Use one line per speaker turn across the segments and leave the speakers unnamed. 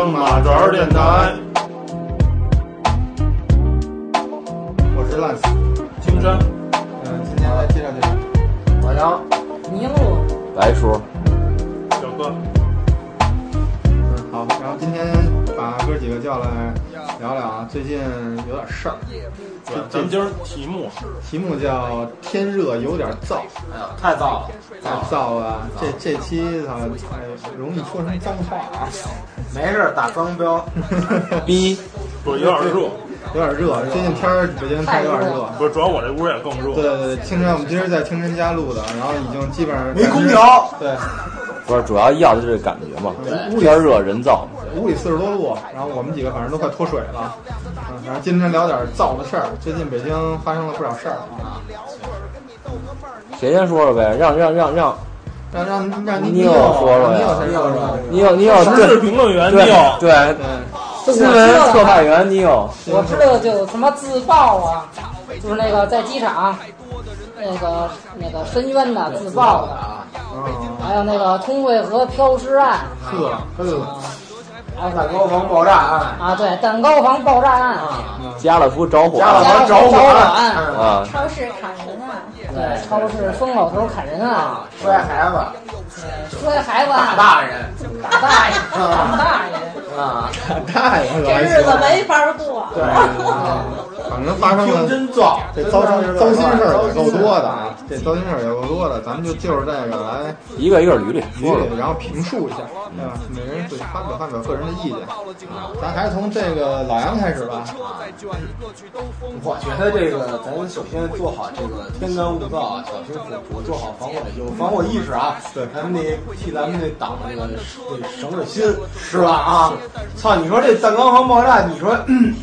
儿电台，我是 Lance，金山，
嗯，今天来介绍介绍，
老杨，
麋鹿，
来说，
小哥，
嗯，好，然后今天把哥几个叫来聊聊啊，最近有点事儿，
对，咱们今儿题目
题目叫“天热有点燥
哎呀，太燥了，”，
太燥了，这这期操、哎容易说成脏话啊，
没事打双标，逼，
不是有点热，
有点热，最近天儿北京天儿有点热。
不是主要我这屋也更
对
热，
对对，青山，我们今儿在青山家录的，然后已经基本上
没空调，
对，
不是，主要要的就是这感觉嘛，
对
天热人燥。
屋里四十多度，然后我们几个反正都快脱水了。嗯，然后今天聊点燥的事儿，最近北京发生了不少事儿啊，
谁先说说呗？让让让让，
让让让你
你有说
说
说呀
你有先说说。
你有你有
时事
对
评论员
对
尿，
对，
对，
就我知
新
道
闻特
的，
派员你有，
我知道的就什么自爆啊，就是那个在机场，那个那个深渊的自爆的，
啊
嗯，
还有那个通惠河飘尸案
呵，
蛋糕房爆炸案，啊
啊，对，蛋糕房爆炸案，
家乐福着火
家乐
了
福着火
家
案，
啊，
超市砍人啊！
对，超市疯老头砍人案，
啊摔孩子，
摔孩子
打
案，
大人，
打大爷，打大爷，
啊，
大爷，
这日子没法过。
对，
啊
啊
反正发生
听
了
真燥，
这糟
真
心
的
糟心事儿也
糟
够
心
多的啊，这糟心事儿也够多的，咱们就就是这个来
一个一个捋捋
捋
说
捋，
说。
然后评述一下，对吧？每个人对发表发表个人的意见，啊咱还是从这个老杨开始吧。
我觉得这个咱首先做好这个天干物燥啊，小心火烛，做好防火有防火意识啊。
对
咱们得替咱们这党这个得省省心，是吧？啊，操！你说这蛋糕房爆炸，你说、嗯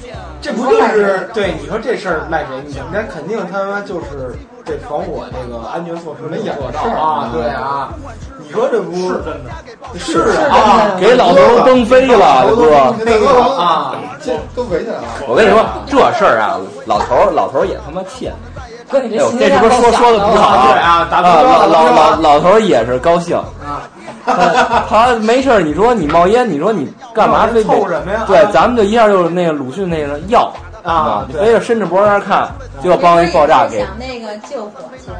这不就是对？你说这事儿赖谁？你们那肯定他妈就是这防火这个安全措施没做到啊！对啊，你说这不是真的？是啊，
给老头蹬飞了，这不，
那个
啊，
这都围起来了。
我跟你说这事儿啊，老头儿老头儿也他妈欠。
跟你
哎呦
这，新
这是不是说说的不好
对啊打不着
啊，老
打
老
不着
老老头儿也是高兴。他他没事儿，你说你冒烟，你说你干嘛非得
凑什么呀
对
啊，
咱们就一下就是那个鲁迅那个药
啊
非
对
得伸着脖子那儿看，结果帮一爆炸给
想那个救火去，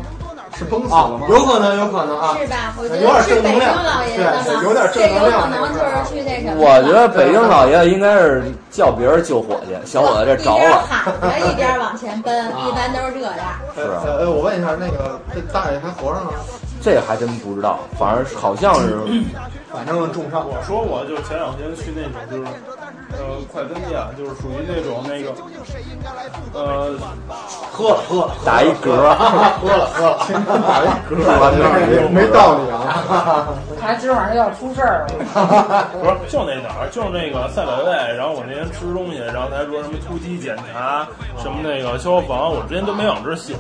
是崩死
啊
了吗？，
有可能，有可能啊。
是吧？我觉
有点正
得是
能量对有点正
北京老爷子嘛，这
能
有
量
可能就是去那什么。
我觉得北京老爷子应该是叫别人救火去，小伙子这着
一边
了，
喊着一边往前奔，一般都是这样。
是啊吧
呃，呃我问一下，那个这大爷还活着吗？
这还真不知道，反正好像是
反正重伤。
我说我就前两天去那种就是，呃，快餐店，就是属于那种那个，呃，
喝了喝了，
打一嗝，
喝了喝 了，
打一嗝，没没道理啊！
看来今晚上要出事儿
啊
了，
不是就那哪儿，就是那个赛百味。然后我那天吃东西，然后他说什么突击检查，什么那个消防，我之前都没往这儿想。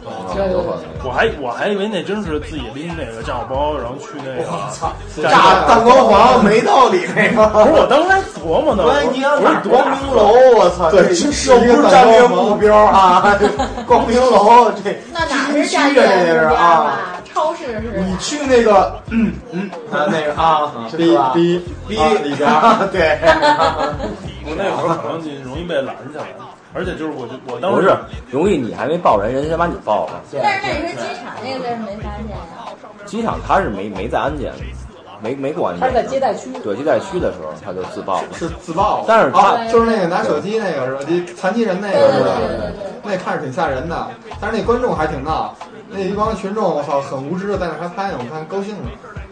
对对
有
对
可能。
我还我还以为那真是自己拎那个炸药包，然后去那个炸
炸蛋糕房没道理那
不
个。
是，我当时还琢磨呢，
关
我
键你想
说
哪
多
光明楼，我操，
对
这
这是
又
一个
不是
蛋
战
糕
略
房
目标啊！光明楼这
那哪是
战
战
略
略
目
目
标
标
啊？
啊？超市是
你去那个，嗯嗯，啊那个啊，
逼
是吧
逼
逼
啊里边儿，
啊对，
我那会儿可能就容易被拦下来，而且就是我就我当
不
时
是容易你还没爆人，人先把你爆了。
但是那你说机场那个字儿没发现呀？
机场他是没没在安检，没没过安检，
他是在接待区
对接待区的时候他就自爆了，
是自爆，
但是他
啊，就是那个拿手机那个是吧？你残疾人那
对
个是
对
吧
对？对对。
那看着挺吓人的，但是那观众还挺闹，那一帮群众我操很无知的在那还拍呢，我看高兴呢。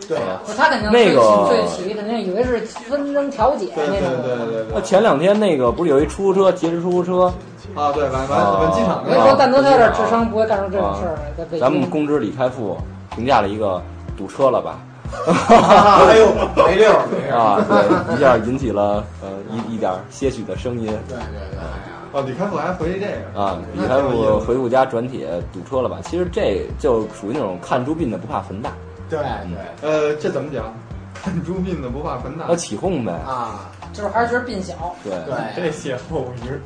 对
不是他肯定
那个
最起肯定以为是纷争调解
对
那
对
种，
对对对
那前两天那个不是有一出租车劫持出租车，
对，啊对，完完完机场啊
我
那
跟你说，
啊
个，
蛋哥他有点智商，不会干出这种事儿来。在北京，
咱们公知李开复评价了一个堵车了吧？
哎呦，没溜儿没溜儿，
啊，对，一下引起了呃一一点些许的声音
对对对，哎呀
哦，李开复还回忆这个
啊。李
那
开
挺有
复
意思
回顾家转铁堵车了吧？其实这就属于那种看猪病的不怕坟大，
对对
呃，这怎么讲？ 看猪病的不怕坟大
要，起哄呗。
啊，
就是还是觉得病小，
对
对
邪乎，你是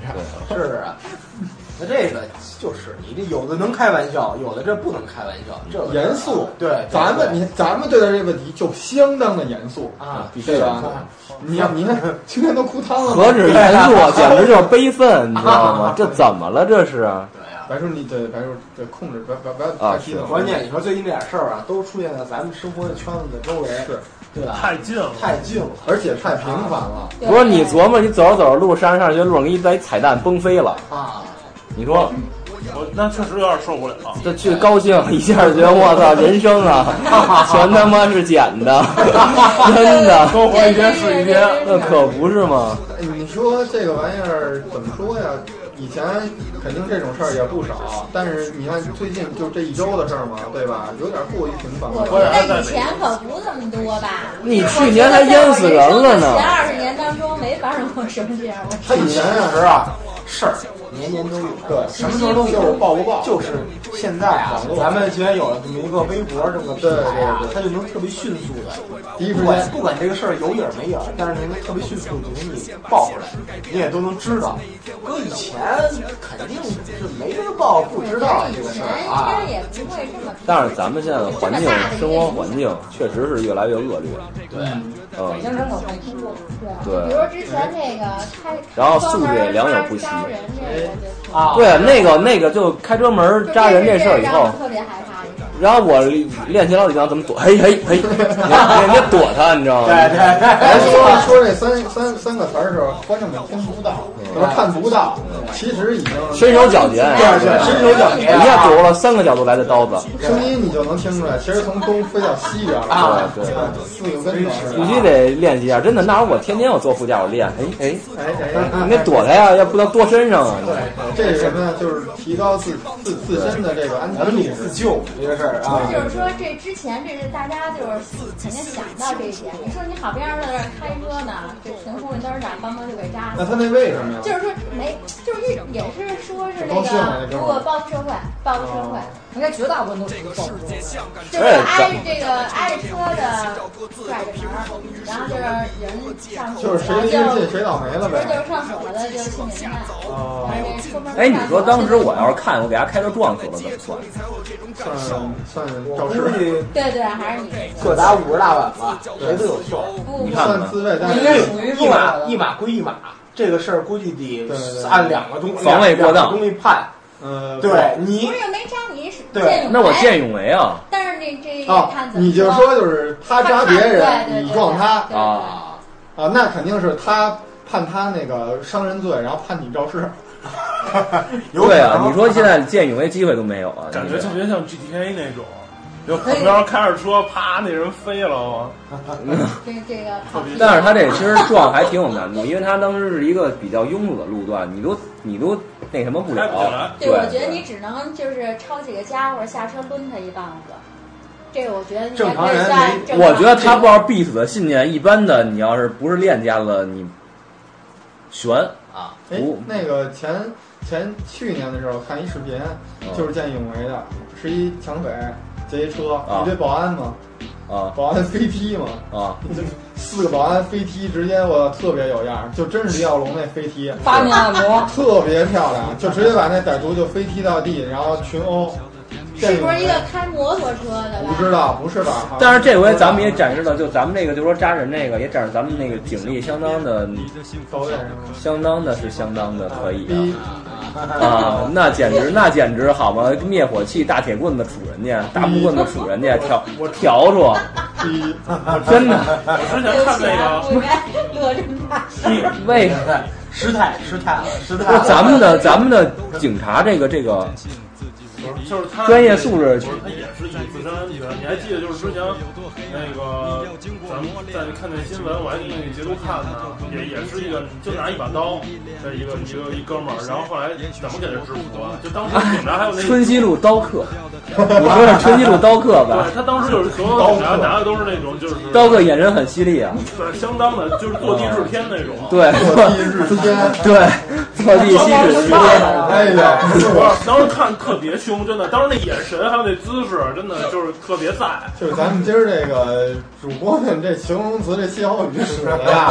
对，
是啊，的这个就是你这有的能开玩笑，有的这不能开玩笑，这个
严肃，
对，
咱们你咱们对待这个问题就相当的严肃，
啊，
必须
对
的
吧？你看，你看， 今天都哭汤了。
何止严肃，简直就是悲愤，你知道 吗？这怎么了？这是
对呀、
白叔，你对白叔得控制，不要不要不要
啊
太激动。
关键你说最近这点事儿啊，都出现在咱们生活的圈子的周围，
是，
对吧？
太近了，
太近了，
而且太频繁了。
不是你琢磨，你走着走着路上上学路上给你把一彩蛋崩飞了，
啊，
你说
我那确实有点受不了。啊
这去高兴一下，觉得我操，人生啊，全他妈是捡的， 真的，
多活一天是一天，
那可不是吗？
哎你说这个玩意儿怎么说呀？以前肯定这种事儿也不少，但是你看最近就这一周的事儿嘛，对吧？有点过于频繁
我
了。
觉得以前可不这么多吧？
你去年还淹死人了呢
前二十年当中没发生过什么这样的事
他以前其实啊，事儿年年都有，对，什么时候都有，
报不报
就是现在啊，咱们既然有了这么一个微博这么个平台啊，它就能特别迅速的，
第一时
不管
间，
不管这个事儿有影儿没影儿，但是能特别迅速地给你爆出来，你也都能知道。搁以前肯定是没人报不知道这个
以
事
前
儿
应
啊
该。也不会这么
但是咱们现在的环境，生活环境确实是越来越恶劣，
对，
嗯，
人口太多，
对。
对
比如之前那个开，
然后素质也良莠不齐
抓人这个就
啊，
对，那个那个就开专门
是，
扎人这事儿以
让
后
我，特别害怕一个。
然后我练习老几枪怎么躲，嘿嘿嘿，人家躲他，你知道吗？
对对对，
咱 说说这三三三个词儿的时候，观众们听不到，或者看不到，其实已经
身手矫捷，
对对
对
伸手矫
哎
捷
一下躲了三个角度来的刀子，
声音你就能听出来，其实从东飞到西边了，
啊
对对
四个跟头。
必须得练习一下。真的，那我天天我坐副驾我练，哎
哎
哎，
哎，
你得躲他呀，要不能剁身上啊。
这是什么呀？就是提高自自自身的这个安
咱
全
们
意
得
识
自。救这个事儿啊。
就是说，这之前这是大家就是肯定想到这一点。你说你好不容易在那儿开车呢，这前后那灯儿闪，邦邦就给扎
那
死。
他那为什么呀？
就是说没，就是一也是说是那
高兴啊
个，
这哥们儿
如果报复社会，报复社会，
应该绝大部分都属于暴富。
就是挨着这个挨着车的拽着门儿，然后就是人上
就
厕所
是谁先进谁倒霉了
不是就
呗。
是上锁了的，就是去你们
哦
那。
哎，你说当时我要是看，我给他开车撞死了怎么算？
算算
我
找
估
事，
计
对对，还是你
哦各打五十大板吧，谁都有错。
不
你看
算自卫，但
应该
是
属于
一
弱
码
的
一码归一码，这个事儿估计得
对对对
按两个东
防卫过当
两个东西判。
呃，
对
不
你
是又没扎你手，
对
见你
那我
没
见义勇为啊！
但是这这
啊
看，怎么
你就说就是他扎别人，你撞他
对
啊，
啊，那肯定是他判他那个伤人罪，然后判你肇 事。
有
对
可
啊，
能
你说现在见义勇为机会都没有啊？
感觉
你
特
这
别像 GTA 那种，就旁边开着车，啪，那人飞了嘛。
这这个好评，
但是他这其实撞还挺有难度，因为他当时是一个比较拥堵的路段，你都你都那什么不
开不起来
了。
对，我觉得你只能就是抄几个家伙下车抡他一棒子，这个我觉得应该归算正常。
我觉得他抱着必死的信念，一般的你要是不是练家子，你悬
啊，
哎
不，
那个前前去年的时候看一视频，
啊
就是见义勇为的，是一抢匪劫一车，
啊
一堆保安嘛，
啊
保安飞踢嘛，
啊！
就四个保安飞踢，直接我特别有样儿，就真是李小龙那飞踢，
发面按摩，
特别漂亮，就直接把那歹徒就飞踢到地，然后群殴。
是不是一个开摩托车的吧？
不知道，不是吧？好像
但是这回咱们也展示了，就咱们这个，就说扎人这个，也展示咱们那个警力相当的，
走点什么
相当的是相当的可以
逼
啊！ 啊，那简直那简直好吗？灭火器、大铁棍子杵人家，大木棍子杵人家，笤笤帚，
逼，
真的
我之前
有
看那个
钱不该乐这么 大声。
为
对对失态失态了失态
不是
了。
咱们的咱们的警察这个这个
就是他
专业素质
不是他也是以自身安全。你还记得就是之前那个咱们在看那新闻，我还那个截图看呢，也也是一个就拿一把刀的一个一个一哥们儿，然后后来怎么给他制服啊？就当时警察还有那
春熙路刀客，你说是春熙路刀客吧
对？他当时就是所有警察拿的都是那种就是
刀客眼神很犀利啊，
对相当的，就是坐地日天那种。
对
我 逼日天，
对，特地吸吮时间。
哎 呀，不是我，
当时看特别凶，真的，当时那眼神还有那姿势，真的就是特别在。
就是咱们今儿这个主播们这形容词这歇后语使的呀，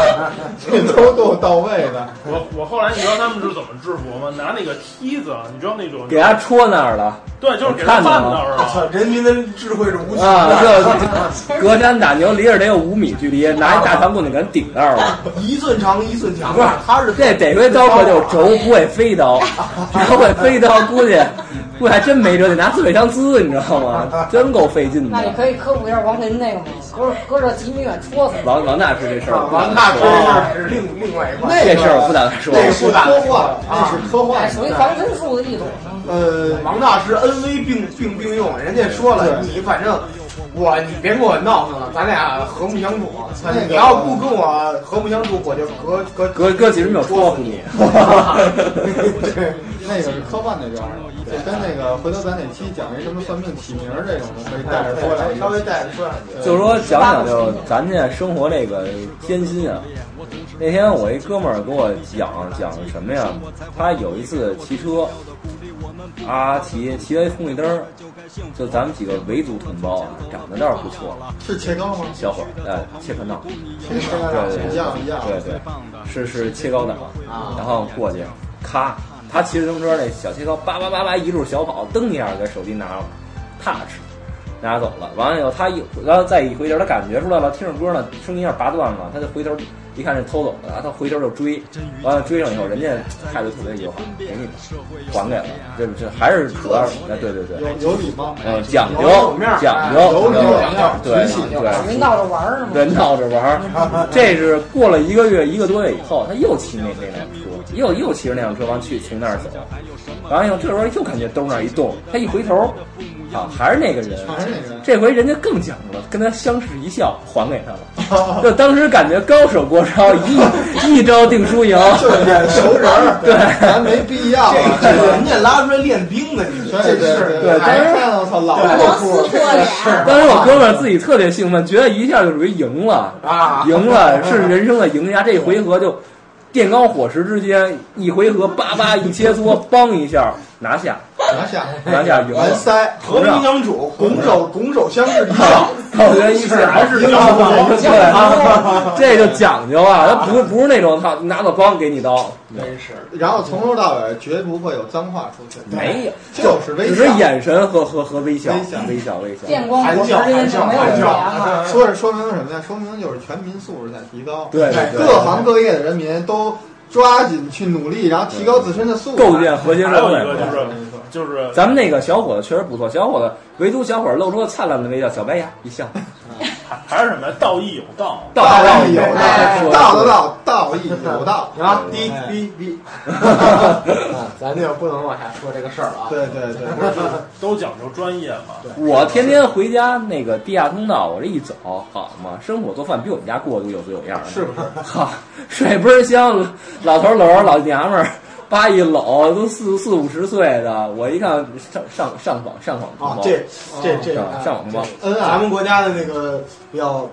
这都够到位的。
我我后来你知道他们是怎么制服吗？拿那个梯子，啊你知道那种
给他戳那儿了
对，就是给他绊那儿啊
我操
了。，
人民的智慧是无穷
啊！
的，
这隔山打牛，离着得有五米距离，拿一大长棍子给人顶那儿了。
一寸长一寸强
不是，
他是
这得亏刀客就是折不会 飞刀，折会飞刀估计估计还真没辙，得拿自卫枪滋，你知道吗？真够费劲
那你
的。
可以科普一下王晨那个吗？隔隔着几米远戳死他。
王王大师这事儿，
王大哥是另另外一块。
那
这
个
事儿我不打算说。
那个是科幻，那是科幻
哎，，属于防身术的一种。
呃，
王大师恩威并并并用，人家说了，你反正我你别跟我闹腾了，咱俩和睦相处。操你要不跟我和睦相处，我就隔隔
隔隔几十秒戳死 你。
对，
那个是科幻那边儿，就跟那个回头咱哪期讲一什么算命起名儿这种的，可以带着说两句
稍。微带着说两句。
就说想想就咱这生活这个艰辛啊。那天我一哥们儿跟我讲讲什么呀？他有一次骑车，啊骑骑了一红绿灯儿，就咱们几个维族同胞，啊，长得倒是不错，
是切糕吗？
小伙儿，呃，切克闹，
切糕
对对
一样一样。
对对，是是切糕档，然后过去，咔，他骑着自行车那小切糕叭叭叭叭一路小跑，噔一下给手机拿了，touch，拿走了。完了以后他一，然后再一回头，他感觉出来了，听着歌呢，声音有点拔断了，他就回头一看是偷走的，然后他回头就追，完了追上以后，人家态度特别友好，给你还给了，这不这还是主要是，哎对对对。
有有礼貌。
呃，讲究
有有面儿，
讲
哎
究，
有礼貌
对对，
人闹着玩儿呢嘛。
对，闹着玩儿。这是过了一个月、一个多月以后，他又骑那那辆车，又又骑着那辆车往去从那儿走。完了以后，这时候又感觉兜那儿一动，他一回头，啊，还是那个人。
还是那个人
这回人家更讲究了，跟他相视一笑，还给他了。就当时感觉高手过招，一一招定输赢。
就是眼熟人儿，对，咱没必要
这
啊。
这人家拉出来练兵的，你
对
这
对
是
对，
还
还看到操老
螺
露出
丝 脱脸，
当时我哥们儿自己特别兴奋，觉得一下就属于赢了。
啊，
赢了，是人生的赢家。这一回合就电光火石之间，一回合叭叭一切磋，梆一下拿下，
拿下，
拿下赢
完
了。
塞，和平相处，拱手拱手相视一笑，
我觉得一是还是
赢了
对，这就讲究啊，他不不是那种他拿个梆给你刀，
真是
然后从头到尾绝不会有脏话出现，
没有，
就是微
只
笑，
是眼神和和和微笑
微笑，
微笑，微笑。
电光火石之间就没有人言了。
说是说明什么呀？说明就是全民素质在提高，
对对对
各行各业的人民都抓紧去努力，然后提高自身的素质。
构建和谐
还
社
有一
会
个。就是就是
咱们那个小伙子确实不错，小伙子唯独小伙子露出了灿烂的微笑，小白牙一笑，
还还是什么呀？道义有道。
道
道义有
哎
道，道的道，道义有道。
啊，滴滴滴， 咱就不能往下说这个事儿了啊。
对对对，
都讲究专业嘛。
我天天回家那个地下通道，我这一走，好嘛，生火做饭比我们家过得有滋有样的，
是不是？
好，睡倍儿香，老头儿搂着老娘们儿，叭一搂，都四四五十岁的，我一看上上上访上访同
啊
胞，，
这这这
上上网吧
这
嗯啊
咱们国家的那个比较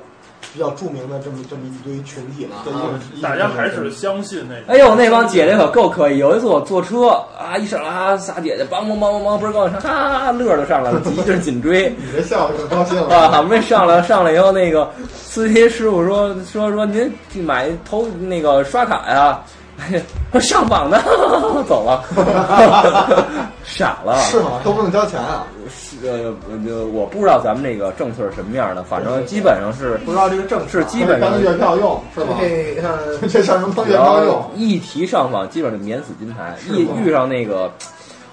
比较著名的这么这么一堆群体了啊，
对一
大家还是相信那个。
哎呦，那帮姐姐可够可以。有一次我坐车啊，一上来啊，仨姐姐梆梆梆梆梆，倍儿高兴，哈哈哈，乐儿就上来了，一阵紧追。
你这笑就高兴
啊，
了。
俺们上来上来以后，那个司机师傅说说说您买投那个刷卡呀、说上榜的 走了，傻了。
是吗？都不用交钱啊？
呃，呃我不知道咱们这个政策是什么样的，反正基本上是
不知道这个政啊
是
治
基本上
当月票用是吗？
这呃
这事儿能当
只
月票
要
用？
一提上访，基本上就免死金牌。一遇上那个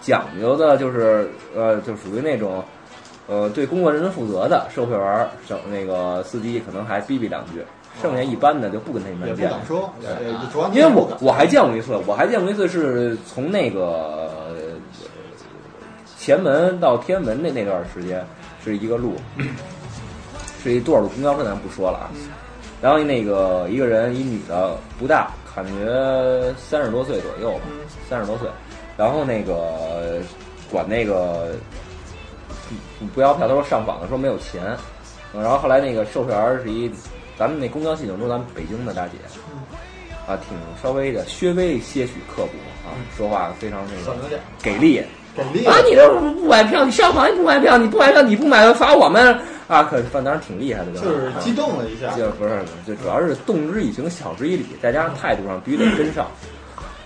讲究的，就是呃，就属于那种呃对工作认真负责的售票员儿、省那个司机，可能还逼逼两句。剩下一般的就不跟他
也
们
不
见了。
敢说，也也主要
啊因为我我还见过一次，我还见过一次是从那个呃前门到天安门那那段时间是一个路，是一多少路公交车咱不说了啊。然后那个一个人，一女的，不大，感觉三十多岁左右吧，三十多岁。然后那个呃管那个不不要票，他说上访的说没有钱。嗯然后后来那个售票员是一咱们那公交系统中咱们北京的大姐，啊，挺稍微的，略微些许刻薄啊，说话非常那
省
个
着点，
给力
给力
啊！你这不买票，你上场也不买票，你不买票你不买罚我们啊！可范当时挺厉害的，对吧啊
就是激动了一下，
就不是，就主要是动之以情，晓之以理，再加上态度上必须得跟上。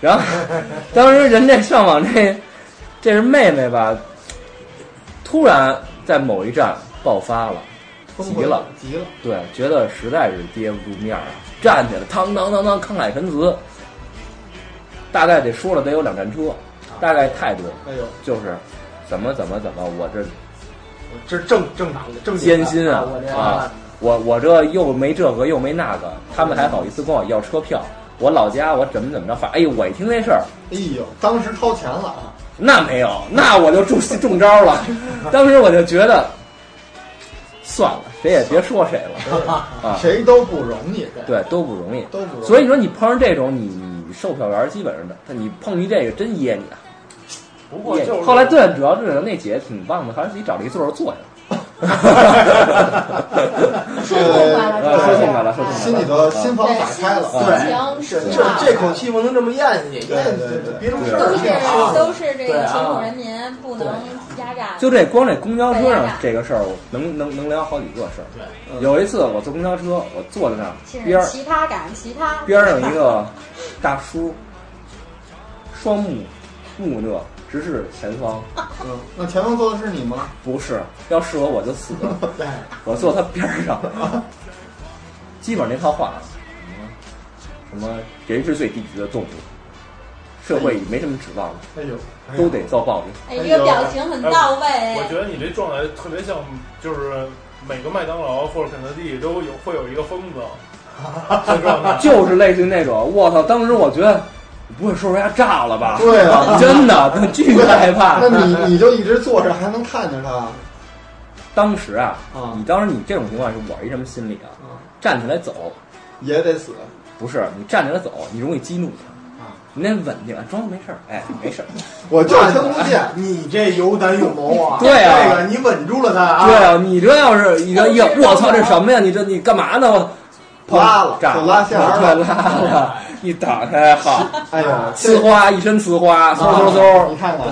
然后当时人这上网这这是妹妹吧，突然在某一站爆发了，
疯
急
狂
了，
急了，
对，觉得实在是憋不住面儿啊，站起来，当当当当，慷慨陈词，大概得说了得有两站车，大概态度
哎呦，
就是怎么怎么怎么，我这
这正正常的，正经
艰
的
辛
啊
啊！
我这
啊，我我这又没这个又没那个，他们还好意思跟我要车票，我老家我怎么怎么着，反哎呦，我一听这事儿，
哎呦，当时掏钱了啊，
那没有，那我就中 中招了。当时我就觉得，算了，谁也别说谁了啊，
谁都不容易，这
对，都不容易。
都不容易，
所以说你碰上这种，你你售票员基本上的，他你碰一这个真噎你啊。
不过
噎
就
你
是
后来对，主要是那姐挺棒的，还是自己找了一座儿坐下了。
说痛快了，
呃
主要
说
是
痛快了说痛快了
心里头心房打开了，
对
心情
这
舒畅
这口气不能这么咽下去，咽下
对对对
去憋出事
都
儿
是
挺好。
都是这个贫苦人民不能压榨。
啊就这光这公交车上这个事儿，我能能能聊好几个事儿。
嗯
有一次我坐公交车，我坐在那儿
是
边儿
其他感，其他
边儿上一个大叔，双目目讷，直视前方，
嗯，那前方坐的是你吗？
不是要是我我就死了。
对，
我坐他边儿上，基本上那套话，什么什么人是最低级的动物，社会已没什么指望了，
哎呦，
都得遭报应。
哎，这个表情很到位
哎我。觉得你这状态特别像，就是每个麦当劳或者肯德基都有会有一个疯 子，这状态。
就是类似于那种，我操！当时我觉得，不会说人家炸了吧？
对 啊，
真的，巨害怕
那。你你就一直坐着，还能看见他，
当时啊
啊，
你当时你这种情况是我一什么心理啊
啊？
站起来走，
也得死，
不是你站起来走，你容易激怒他
啊。
你得稳定，装没事儿，哎，没事儿。
我就听不见，
你这有胆有谋啊！
对啊
这个你稳住了他啊！
对啊，你这要是你这一
都是
我操，这什么呀？你这你干嘛呢？我
拉了
炸
就啊拉线儿
对
了
拉 了，一打开，好，
哎呀，
呲花一身呲
啊
花，嗖嗖
你
嗖，
看看。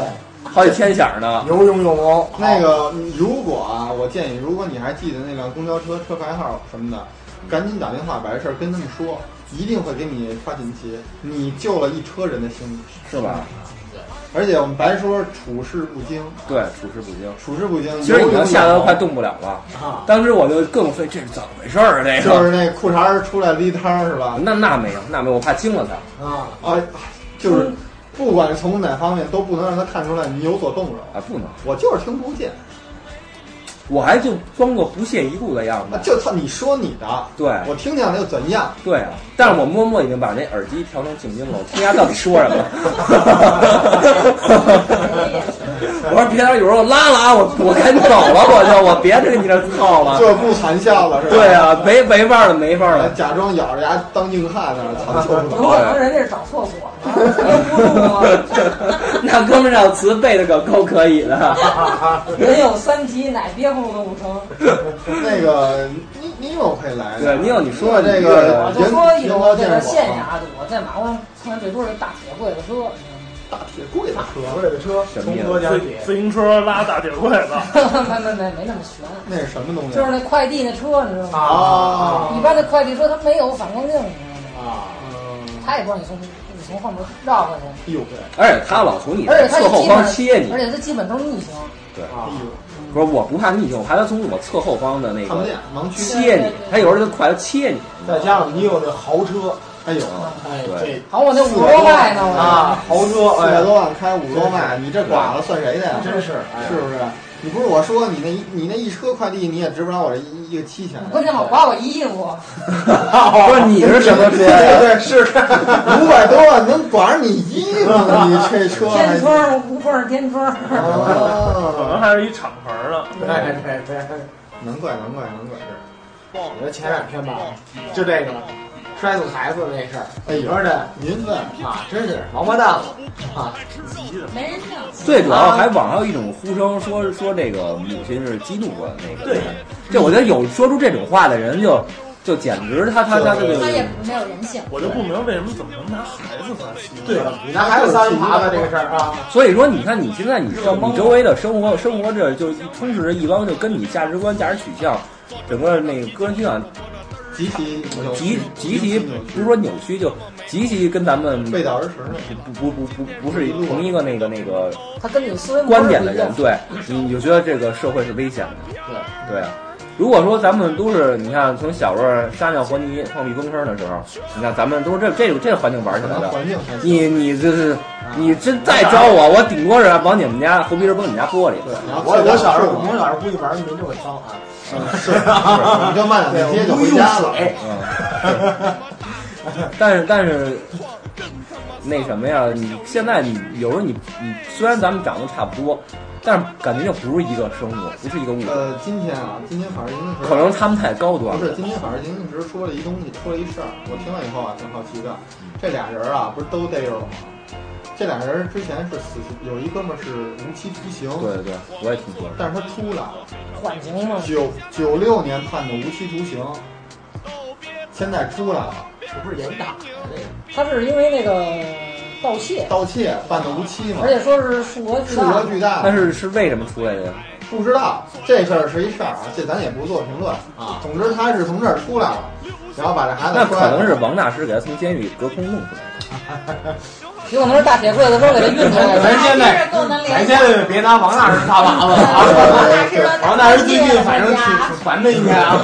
好几天响呢。
有勇有谋，
那个，如果啊，我建议，如果你还记得那辆公交车车牌号什么的，赶紧打电话把这事儿跟他们说，一定会给你发锦旗。你救了一车人的性命，
是
啊
吧？
而且我们白说处事不惊，
对，处事不惊。
处事不惊。
其实你
有
能
勇
吓得
有
都
谋
快动不了了。
啊
当时我就更费，这是怎么回事儿啊？这
就
个
是那裤衩儿出来立摊儿是吧？
那那没有，那没有，我怕惊了他
啊！
啊，就是
嗯
不管从哪方面都不能让他看出来你有所动
啊
摇。，
不能，
我就是听不见，啊
我还就装作不屑一顾的样
啊
子。
就他你说你的，
对
我听见了又怎样？
对啊，但是我默默已经把那耳机调成静音了，我听他到底说什么 了。我说别了，有时候我拉了啊，我我赶紧走了，我就我别跟你这套了。
就不谈笑了是吧？
啊对啊，没没法了，没法
啊
了。
假装咬着牙当硬汉那儿藏袖子。
有可能人家是找错所了，
那哥们儿要词背的可够可以的。
人有三急，乃憋不住都不成。
那个你你有可以来的，
对你有你说的
这个
我就
人
说
人高
有这
见
个
广
县衙的，我在马路上碰见最多是大铁柜子车，
大铁柜子
所
车，
谓的车
什么
从
意思
何讲
自
起？
自行车拉大铁柜子，
没没没没那么悬，
那是什么东西？
就是那快递那车，你知道吗？
嗯啊
一般的快递车它没有反光镜，你知道吗？
啊！
它也不让你从你从后门绕过去，
哎呦喂，
而且他老从你
而
的
且它
侧后
基
方
本，
切你
而，且它基本都是逆行。
哎呦，
不是，我不怕逆行，我怕他从我侧后方的那
看不
个
见盲区，
切你，他有时候就快要切你。
再加上你有那豪车，
哎呦，
啊
哎，
对
这
好，我那五十多迈呢，我
啊，豪车，
四百
哎，
多万开五十多迈，你这剐了算谁的呀？
真是，哎呀
是不是？你不是我说你那一你那一车快递你也值不了我这一一个七千，
关键老刮我衣服，
不是你是什么车呀？
对，是
五百多万能管上你衣服呢？你这车还
天窗我不碰上天窗。
可能
啊，
还是一敞篷呢。
对对对。
难怪难怪难怪是。
你说前两天吧，就这个摔死孩子那事儿，
哎呦
说的
您问，
啊，真是王八蛋了啊！
没人 听，
最主要还网上有一种呼声说说这个母亲是激怒过那个，对，这我觉得有说出这种话的人就就简直他他他他就
他也没有人性。
我就不明白为什么怎么能拿孩子发心？
对，你拿孩子当人麻烦这个事儿啊，
所以说，你看你现在你你周围的生活生活着就充斥着一帮就跟你价值观、价值取向，整个那个个人倾向
集体扭曲
极极其不是说扭曲，就极其跟咱们
背道而驰了。
不不不不不是同一个那个那个
他跟你思维模式
观点的人，
不一样，
对你你就觉得这个社会是危险的，对啊。如果说咱们都是，你看从小时候撒尿和泥放避风坑的时候，你看咱们都是这这这环境玩起
可能
来的，
环境还行，
你你这是你真再招我，我顶多是往你们家猴鼻子崩你们家玻璃。
对，然后
我我小时候，我
我
小时候估计玩儿没这么脏啊，
是，你就慢
对，
点
我
接就
不
回
用
家了。
水，
嗯 但是但是，那什么呀？你现在你有时候你你虽然咱们长得差不多，但是感觉又不是一个生物，不是一个物种。
呃，今天啊，今天反正经
可能他们太高端
不
了
是，，今天反正林正直说了一东西，说了一事儿，我听了以后啊，挺好奇的。
嗯
这俩人啊，不是都逮着了吗？这俩人之前是死刑，有一哥们儿是无期徒刑，
对对对，我也听说了。
但是他出来了，
缓刑嘛，
九九六年判的无期徒刑，现在出来了，
是不是严打呀？这
他是因为那个盗窃，
盗窃判的无期嘛
而，且说是数额巨
数额
大，
巨大
但，是是为什么出来的呀？
不知道这事儿是一事儿啊，这咱也不做评论啊。总之他是从这儿出来了，然后把这孩子
那可
摔了
能是王大师给他从监狱隔空弄出来的。
有可能是大铁棍子说给他运出来
个，
的。
咱现在咱现在别拿王大师当靶子了啊！王大师最近反正挺挺烦的，应该啊。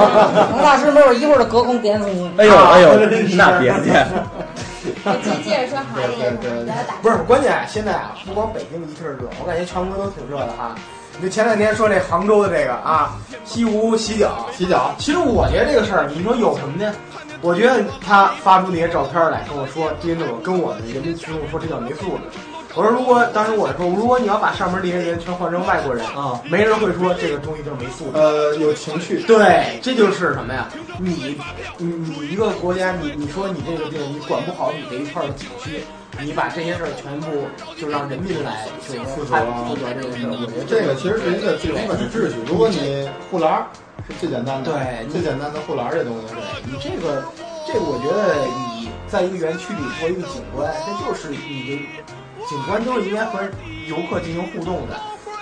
王大师没有一会儿就隔空点死你。
哎呦哎呦
真，是
那别介，
接接着说孩子这个，然后打
不是，关键现在啊，不光北京一特热，我感觉全国都挺热的哈。你就前两天说这杭州的这个啊，西湖洗脚，
洗脚，
其实我觉得这个事儿，你说有什么呢？我觉得他发出那些照片儿来跟我说，这些我跟我的人民群众说，这叫没素质。我说，如果当时我说，如果你要把上面这些人全换成外国人
啊，
没人会说这个东西就是没素质。
呃，有情绪，
对，这就是什么呀？你你你一个国家，你你说你这个地儿，你管不好你这一块儿的景区，你把这些事儿全部就让人民来去负责负责这个事儿，我觉得
啊这个其实是一个最基本的秩序。如果你护栏儿是最简单的，
对
最简单的护栏儿这东西。
你这个这个，我觉得你在一个园区里做一个景观，这就是你的景观都是应该和游客进行互动的。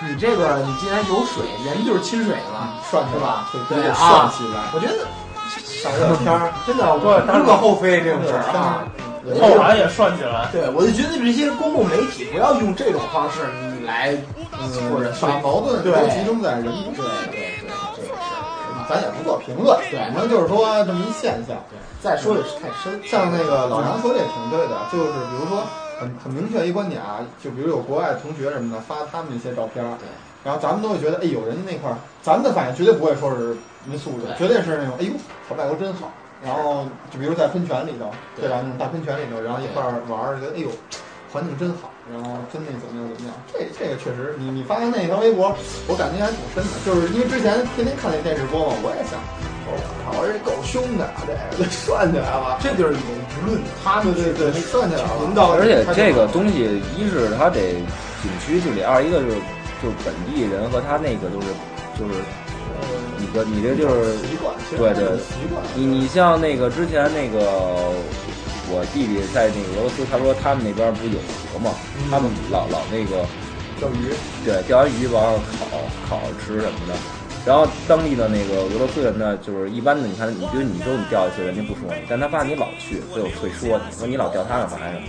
你这个你既然有水，人就是亲水的嘛，
涮
是
起来
吧，？
对
对
对，
啊
涮起来，
我觉得
上热天儿，
真的，我无可厚非这种事儿啊。
对
后来也涮起来，
对，我就觉得这些公共媒体不要用这种方式你来，
嗯
或者
把矛盾都
对
集中在人民
对
身上，
对对，这个事儿是吧？
咱也不做评论，
对
我们就是说这么一现象。
再说也是太深，
像那个老杨说的也挺对的，就是比如说很很明确一观点啊，就比如有国外同学什么的发他们一些照片儿
对，
然后咱们都会觉得，哎呦，人家那块儿，咱们的反应绝对不会说是没素质，绝对是那种，哎呦，小外国真好。然后就比如在喷泉里头，对
对
吧？那种大喷泉里头，然后一块儿玩儿，觉得哎呦，环境真好，然后真那怎么样怎么样。这这个确实，你你发现那条微博，我感觉还挺深的，就是因为之前天天看那电视播嘛，我也想，哦我靠，我说这够凶的啊，这个 这涮起来了。
这就是有舆论，他
对
们
对对，算起来啊了。
引导，
而且这个东西，一是它得景区治理，二一个就是就是本地人和他那个就是就是你的你这就是
习惯，其实
对对
是习惯。
你你像那个之前那个我弟弟在那个俄罗斯，他说他们那边不是有河嘛，他们老老那个
钓鱼，
对钓完鱼往上烤烤吃什么的。然后当地的那个俄罗斯人呢，就是一般的，你看，你觉得你说你钓一次，人家不说你，但他发现你老去，所以我会说你，说你老钓他干嘛呀？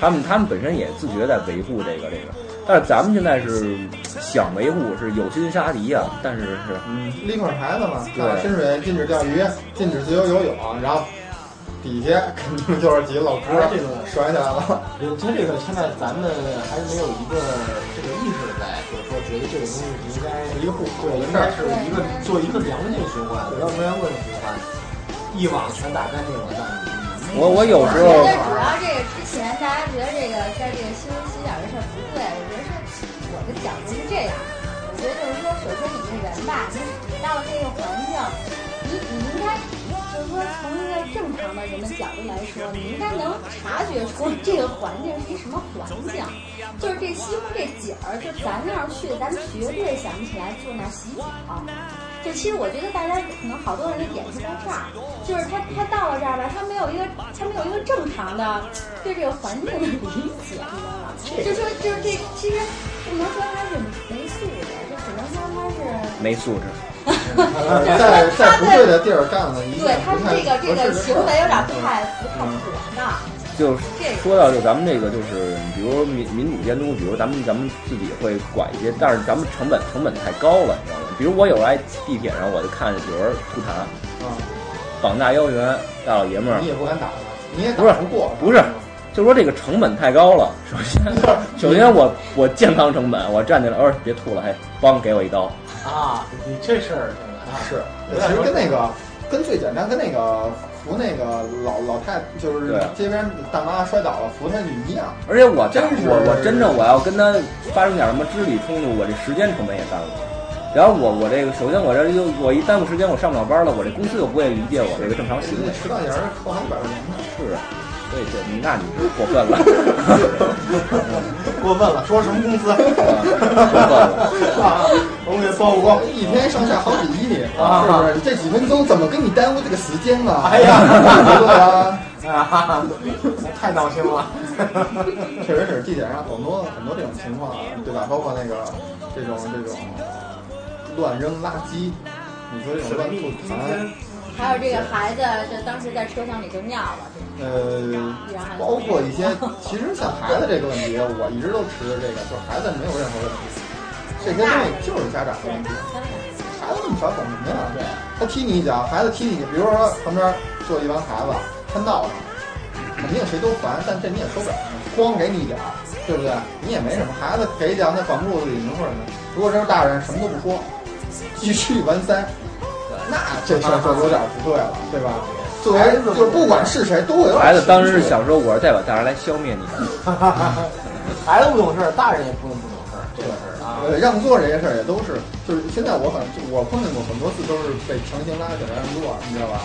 他们他 们本身也自觉在维护这个这个，但是咱们现在是想维护是有心杀敌啊，但是是
立块牌子嘛，
对
啊深水禁止钓鱼，禁止自由游泳，然后底下肯定就是几个老哥
哎这个
甩起来 了。
他这个现在咱们还没有一个这个意识在，就是说觉得这个东西应该
一个互
对，
补
应该是一个做一个良性循环，不要说良性循环，一网全打干净了，那
我我有时候
我觉得主要这个之前大家觉得这个在这个修洗脚这事儿不对，我觉得是我的角度是这样，我觉得就是说，首先你是人吧，你你到这个环境，你你应该就就是说从一个正常的人的角度来说，你应该能察觉出这个环境是一什么环境。就是这西湖这景儿，就咱要是去，咱绝对想不起来住那洗脚。就其实我觉得大家可能好多人的点是在这儿，就是他他到了这儿吧，他没有一个他没有一个正常的对这个环境的理解，你知道 吗？就说就是这其实不能说他是没素质，就只能说他是。
没素质。
在在不对的地儿干了一
对
件
他
不太
这
合适嗯
个这个
的事
行
儿
为有点不太不太妥当。
就
这个
说到就咱们这个就是，比如民民主监督，比如咱们咱们自己会管一些，但是咱们成本成本太高了，你知道吗？比如我有时候在地铁上，我就看有人吐痰，膀大腰圆大老爷们儿
你，也不敢打他，你也打
不是
过，
不是就说这个成本太高了。首先，首先我我健康成本，我站起来，哦，别吐了，嘿，帮给我一刀。
啊，你这事儿这个啊
是，其实跟那个跟最简单，跟那个扶那个老老太，就是
对
街边大妈摔倒了扶她就一样。
而且我
真是
我我真正我要跟他发生点什么肢体冲突，我这时间成本也耽误。然后我我这个首先我这就我一耽误时间，我上不了班了，我这公司又不会理解我这个正常
我
行
觉得
为
那。迟到人扣还一百块钱呢，
是啊，所以这那你是过分了，嗯
过分了，说什么 工资？
过分 了。
啊，我们给算五光，一天上下好几亿
啊
是不是？这几分钟怎么给你耽误这个时间了？
哎呀
对啊，
啊哈哈，太闹心了。
确实是地铁上很多很多这种情况，对吧？包括那个这种这种乱扔垃圾，你说这种乱吐痰。
还有这个孩子，这当时在车厢里就尿了，这
呃，包括一些，其实像孩子这个问题，我一直都持这个，就是孩子没有任何问题，这些东西就是家长的
对
问题。
当然
孩子那么小，懂什么呀？对，他踢你一脚，孩子踢你，比如说旁边坐一帮孩子，他闹了，肯定谁都烦，但这你也受不了，光给你一脚，对不对？你也没什么，孩子给一脚，那管不住自己，能说什么？如果这是大人，什么都不说，一去完三，那这事儿就有点不对了，对吧？作为就是不管是谁，都会有点
孩子当时
情绪
是想说，我是代表大人来消灭你的。
孩子不懂事儿，大人也不能不懂事儿，这个事儿啊。
呃，让座这些事儿也都是，就是现在我很我碰见过很多次都是被强行拉起来让座，你知道吧？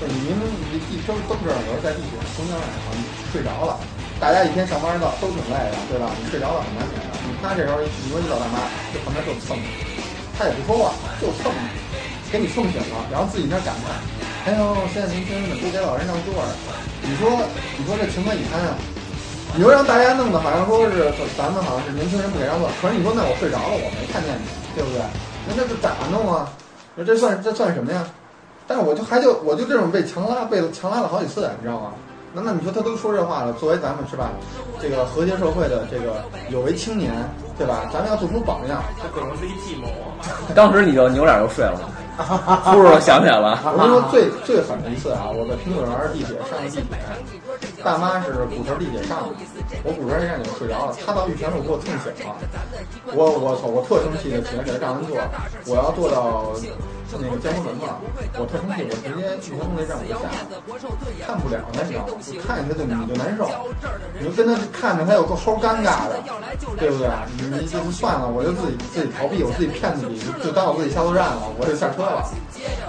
就是你明明一都都知道，有时候在地铁中间晚上你睡着了，大家一天上班到都挺累的，对吧？你睡着了很难免的。你他这时候你说一老大妈，这旁边就蹭你，他也不说话，就蹭你，给你蹭醒了，然后自己那儿感叹，哎呦，现在年轻人怎么不给老人让座啊？你说你说这情何以堪啊？你说让大家弄得好像说是咱们好像是年轻人不给让座，可是你说那我睡着了，我没看见你，对不对？那这这咋弄啊？那这算这算什么呀？但是我就还就我就这种被强拉被强拉了好几次，啊你知道吗？那那你说他都说这话了，作为咱们是吧，这个和谐社会的这个有为青年，对吧？咱们要做出榜样。
这可能是一计谋啊！
当时你就扭脸就睡了，不是我想起来了，
我跟你说最最狠的一次啊，我在苹果园儿地铁上了地铁，大妈是鼓车地铁上的，我鼓车站里头睡着了，她到玉泉路给我蹭醒了，我我操，我特生气的起来给她让人座，我要坐到那个交通门嘛，我特生气，我直接玉泉路那站我就下了，看不了那你知道吗？你看见她就你就难受，你就跟她看着她有个齁尴尬的，对不对？你你就算了，我就自己自己逃避，我自己骗自己，就当我自己下错站了，我就下车了。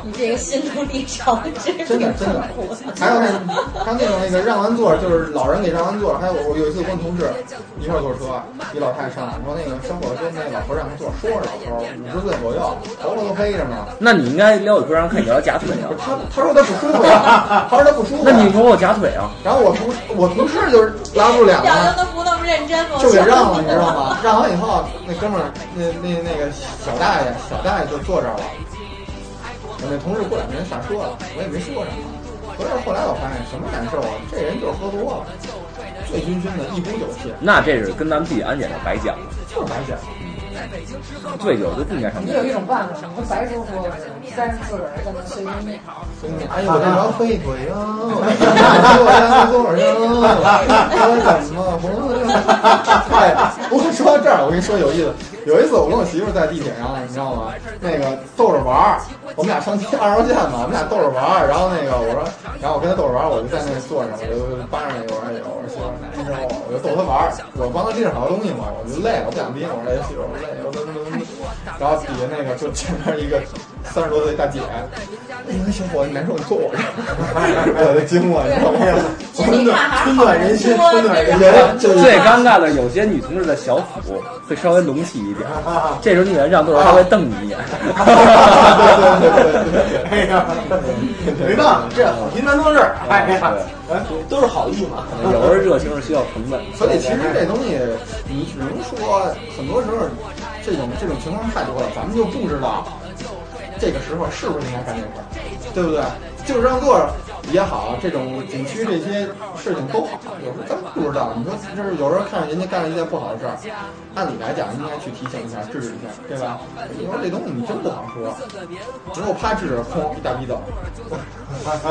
你这个心路历程真
真的
挺
真的
痛苦的，。
还有那还有那种那个让完座，就是老人给让完座。还有我有一次跟同事一块儿坐车，一老太太上来说那个小伙子跟那老头让个座，说是老头五十岁左右，头发都黑着呢。
那你应该撩一圈让看你要夹腿啊
不。是他他说他不舒服呀，他说他不舒服 呀。
那你说我夹腿啊？
然后我同我同事就是拉不住脸
表
了
情。都不那么认真了，
就给让了，你知道吗？让完以后，那哥们儿，那那那个小大爷，小大爷就坐这儿了。我那同事过两天瞎说了，我也没说什么。可是后来我发现什么难受啊，这人就是喝多了，醉醺醺的，一股酒气，
那这是跟咱们自己安检的白讲了，
就是白讲。
醉酒就不应该上
你
街。
有一种办法，你就白说说，但是自个儿在那随便念。
所以，哎呦，我这条飞腿呀，我这条多少呀，我怎么活呀？哎，不过说到这儿，我跟你说有意思，有一次我跟我媳妇儿在地铁上，你知道吗？那个逗着玩儿，我们俩上街二号线嘛，我们俩逗着玩儿，然后那个我说，然后我跟她逗着玩儿，我就在那坐着，我就扒着那个我说，哎呦，我说媳妇儿，你知道我就逗她玩儿，我帮她拎着好多东西嘛，我就累了，我不想拎，我说哎媳妇儿，我累，我怎么怎么怎么，然后底下那个就前面一个三十多岁大姐，哎呀，小伙子，你难受，你坐我这儿，我就惊了，你知道吗？
春暖春暖人心，春暖
人
人心。
就是
最尴尬的，有些女同志的小腹会稍微隆起 一点，
啊
这时候你得让多少稍微瞪你一眼。
对对对对对。
哎呀，没办法，这好心难做事儿。哎呀，哎都是好意嘛。
有时候热情是需要成本的。
所以其实这东西，你只能说，很多时候这种这种情况太多了，咱们就不知道这个时候是不是应该干这事儿，对不对？就是让座也好，这种景区这些事情都好，有时候咱们不知道。你说就是有时候看人家干了一件不好的事儿，按理来讲应该去提醒一下、制止一下，对吧？你说这东西你真不好说，你说我啪制止，哐一大逼斗，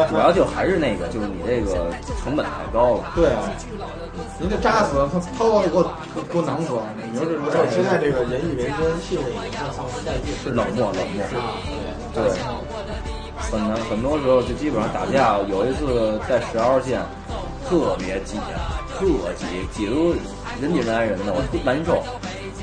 主要就还是那个，就是你这个成本太高了。
对啊，你得扎死他，掏刀给我给我囊死，你说这事
而且
儿
现在这个人与人之间信任已经丧失殆尽。
是冷漠，冷漠。
啊，
对，很难，很多时候就基本上打架。有一次在十号线，特别挤，特挤，挤得都人挤人挨人的，我特难受。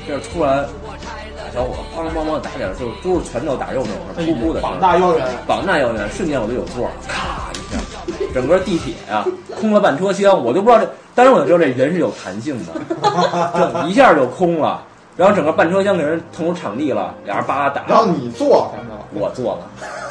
这是突然，俩小伙梆梆梆打起来了，就是都是拳头打肉
哎
那种，噗噗的声
膀。大腰圆，
膀大腰圆，瞬间我就有座儿，咔一下，整个地铁呀、空了半车厢，我就不知道这，当时我就知道这人是有弹性的，这一下就空了，然后整个半车厢给人腾出场地了，俩人叭打，
然后你啊坐反正，
我坐了，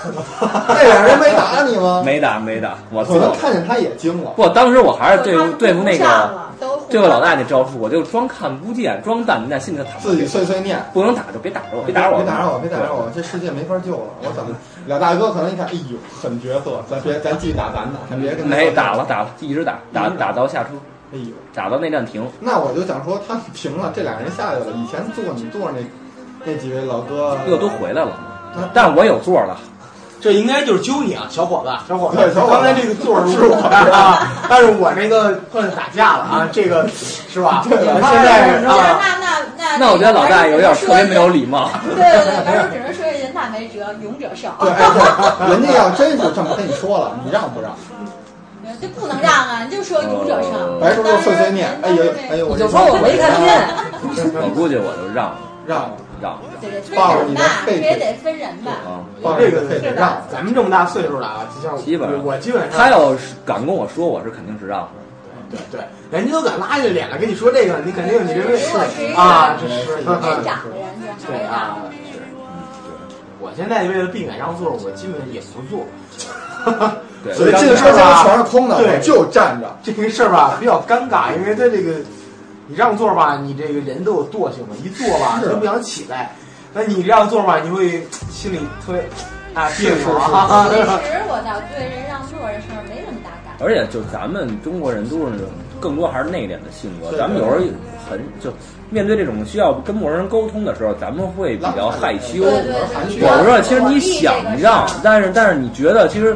那俩人没打你吗？
没打没打，我
可
坐
能
了。
看见他也惊了。
不，当时我还是对
他
付
们
对付那
不上
个
了都互
对付老大那招数，我就装看不见，装淡定，在心里头打，
自己碎碎念，
不能打就别打着我，别打扰我，
别打扰我，别打扰我，这世界没法救了。我怎么？俩大哥可能一看，哎呦，狠角色，咱别，咱继续打咱的，咱别跟他
没打了打了，一直打打打到下车，
哎呦，
打到那站停。
那我就想说，他们平了，这俩人下去了。以前坐你坐那那几位老哥，
又都回来
嗯
了，但是我有座儿了，
这应该就是揪你啊，小伙子，小伙
对小伙子
刚才这个座儿是我的啊，但是我那个碰打架了啊，这个是吧？
对
我们
啊
现在是
那
啊，
那那
那我觉得老大有点特别没有。礼 貌。
对对对，反正只能说人大没辙，勇者胜。
对，哎对，人家要真是这么跟你说了，你让不让？
这不能让啊，你就说勇者胜。
白叔就碎碎念，哎呦，哎呦，我
你
这
就说我没看见。
我估计我就让了
让了，
让了
对对，这人吧，这也得分人吧。
啊。
抱着
这
你
个
的肺得让
让
了，
咱们这么大岁数了啊，就像
基本上
我我基本上
他要是敢跟我说，我是肯定是让的。
对对，人家都敢拉着脸来跟你说这个，你肯定你认为
如果是一个
啊，这是
年长的人，这还
对
得让
啊。，是。我现在为了避免让座，我基本也不坐。
对
所以进车厢全是空的，我就站着。
这个事儿吧比较尴尬，因为他这个你让座吧，你这个人都有惰性嘛，一坐吧
是
就不想起来。那你让座吧，你会心里特别啊
是
别扭啊。
其 实我倒对人让座的事儿没什么大感。
而且就咱们中国人都是那种更多还是内敛的性格，
对
咱们有时候很就面对这种需要跟陌生人沟通的时候，咱们会比较害羞。
对对对，
啊
我说，其实你想让，但是但是你觉得其实。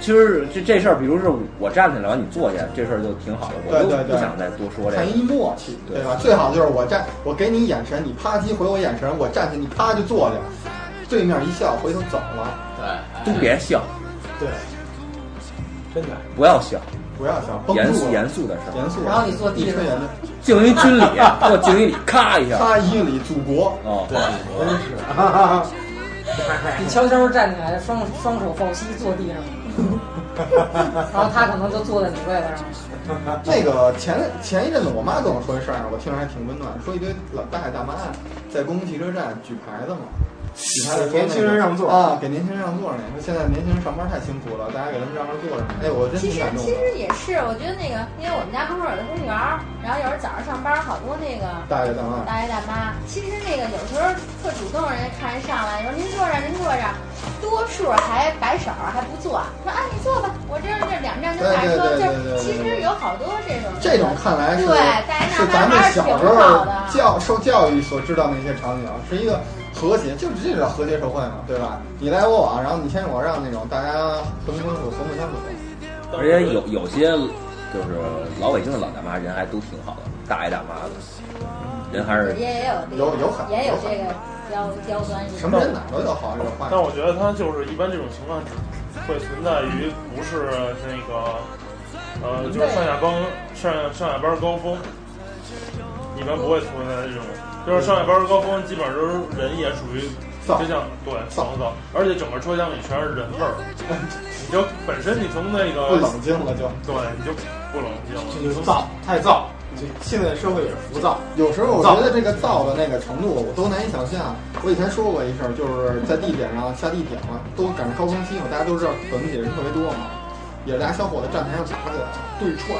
其实这这事儿，比如是我站起来，完你坐下，这事儿就挺好的，我就
对对对
不想再多说这个
看。一默契，对吧？最好就是我站，我给你眼神，你啪叽回我眼神，我站起，你啪就坐下，对面一笑，回头走了，
哎
都别笑，
对，真的。
不要笑，
不要想绷
严
住
肃
了，
严肃的事儿，
严肃。
然后你坐地上
一吹严肃，
敬一军啊 礼，给我敬一礼，咔一下。
他一礼祖国，
哦，
对，真是。哈哈哈
你悄悄站起来，双双手抱膝坐地上， 然后他可能就坐在你位子上。
啊那个前前一阵子，我妈跟我说一事儿，啊我听着还挺温暖，说一堆老大爷大妈在公共汽车站举牌子嘛，举牌子说那个
年轻人让座
啊，给年轻人让座呢。说现在年轻人上班太辛苦了，大家给他们让让座什么的。哎，我真
其
挺
实
感动
其
的。
实也是，我觉得那个，因为我们家门口有个公园儿，然后有时候早上上班儿，好多那个
大爷大妈，
大爷大妈，其实那个有时候特主动，人家看人上来，说您坐这儿，您坐这儿，多数还摆手儿还不坐，说啊你坐吧，我这儿这两站跟打车，就是其实有好多这种
这种看来是
对大爷
是
大
咱
妈
们
还是
小
挺
时
好
候
的，
教受教育所知道那些场景，是一个和谐，就是这叫和谐社会嘛，对吧？你来我往，然后你先我让那种，大家和平共处，和睦相处。
而且哦有有些就是老北京的老大妈，人还都挺好的，大爷大妈的，人还是
也也有这个
有有很
也有这个刁刁钻人，
什么人哪都有好有坏
但。我觉得他就是一般这种情况只会存在于不是那个，呃，就是上下班上上下班高峰，一般不会出现在这种，就是上海班高峰基本上都是人也属于
燥
车厢对
燥
躁躁，而且整个车厢里全是人味儿，你就本身你从那
不
个
冷静了就。
对你就不冷静了，
这
你
就是
从
燥，太燥。就现在社会也是浮躁，
有时候我觉得这个燥的那个程度，我都难以想象。我以前说过一事儿，就是在地铁上下地铁嘛，都赶上高峰期嘛，大家都知道本地人特别多嘛，也是大家小伙子站台上打起来对踹，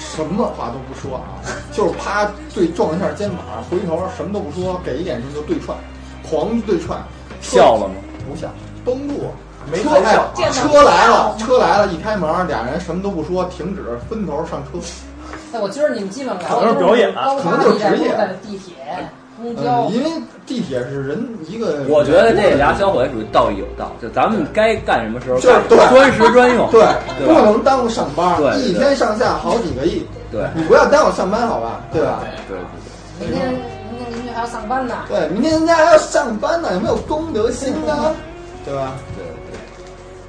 什么话都不说啊，就是啪对撞一下肩膀，回头什么都不说，给一眼神就对踹，狂对踹，
笑了吗？
不笑，崩住。
没
车哎
看笑啊，
车来了，车来了，一开门，俩人什么都不说，停止，分头上车。
哎，我今儿你们基本聊
可能是表演啊
高
可
峰
能就是职业
在地铁、公交
嗯，，因为地铁是人一个，
我觉得这俩小伙子属于道义有道，就咱们该干什么时候
就是
干，
对
专时专用，
对，
对
不
吧
能耽误上班，
对对
一天上下好几个亿，
对
你不要耽误上班，好吧？对
啊
吧？
对
明天明天明天还要上班呢。
对，明天人家还要上班呢，有没有公德心
嗯
啊？对吧？
对对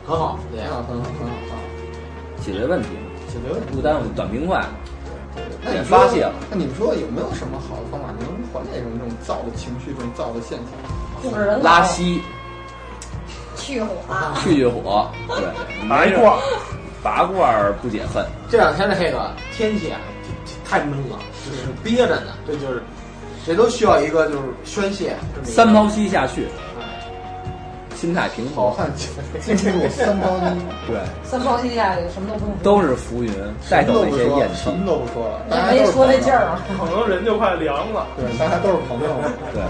很好，对啊
很，好，很好，很好，很好，
对，解决问题嘛，
解决问题。
不耽误短平快，
那
也
你说
发泄了。
那你们说有没有什么好的方法能缓解这种这种燥的情绪、这种燥的现象？
控制人口
拉稀、
去火，
去去火，对，
拔
没事
罐儿，
拔罐儿不解恨，
这两天的这个天气啊，太闷了，就是憋着呢，这就是谁都需要一个就是宣泄。这么一个哎
三泡稀下去，心态平
好
衡，
汉经历三包一，
对，
三包地下去什么都不用说，
都是浮云，带走
都
那
不
些
说
艳
了，
气
什，么都不说了，大家都
也没
是
说那
朋友
劲儿啊。
嗯
可能人就快凉了。
对，大家都是朋 友。
对，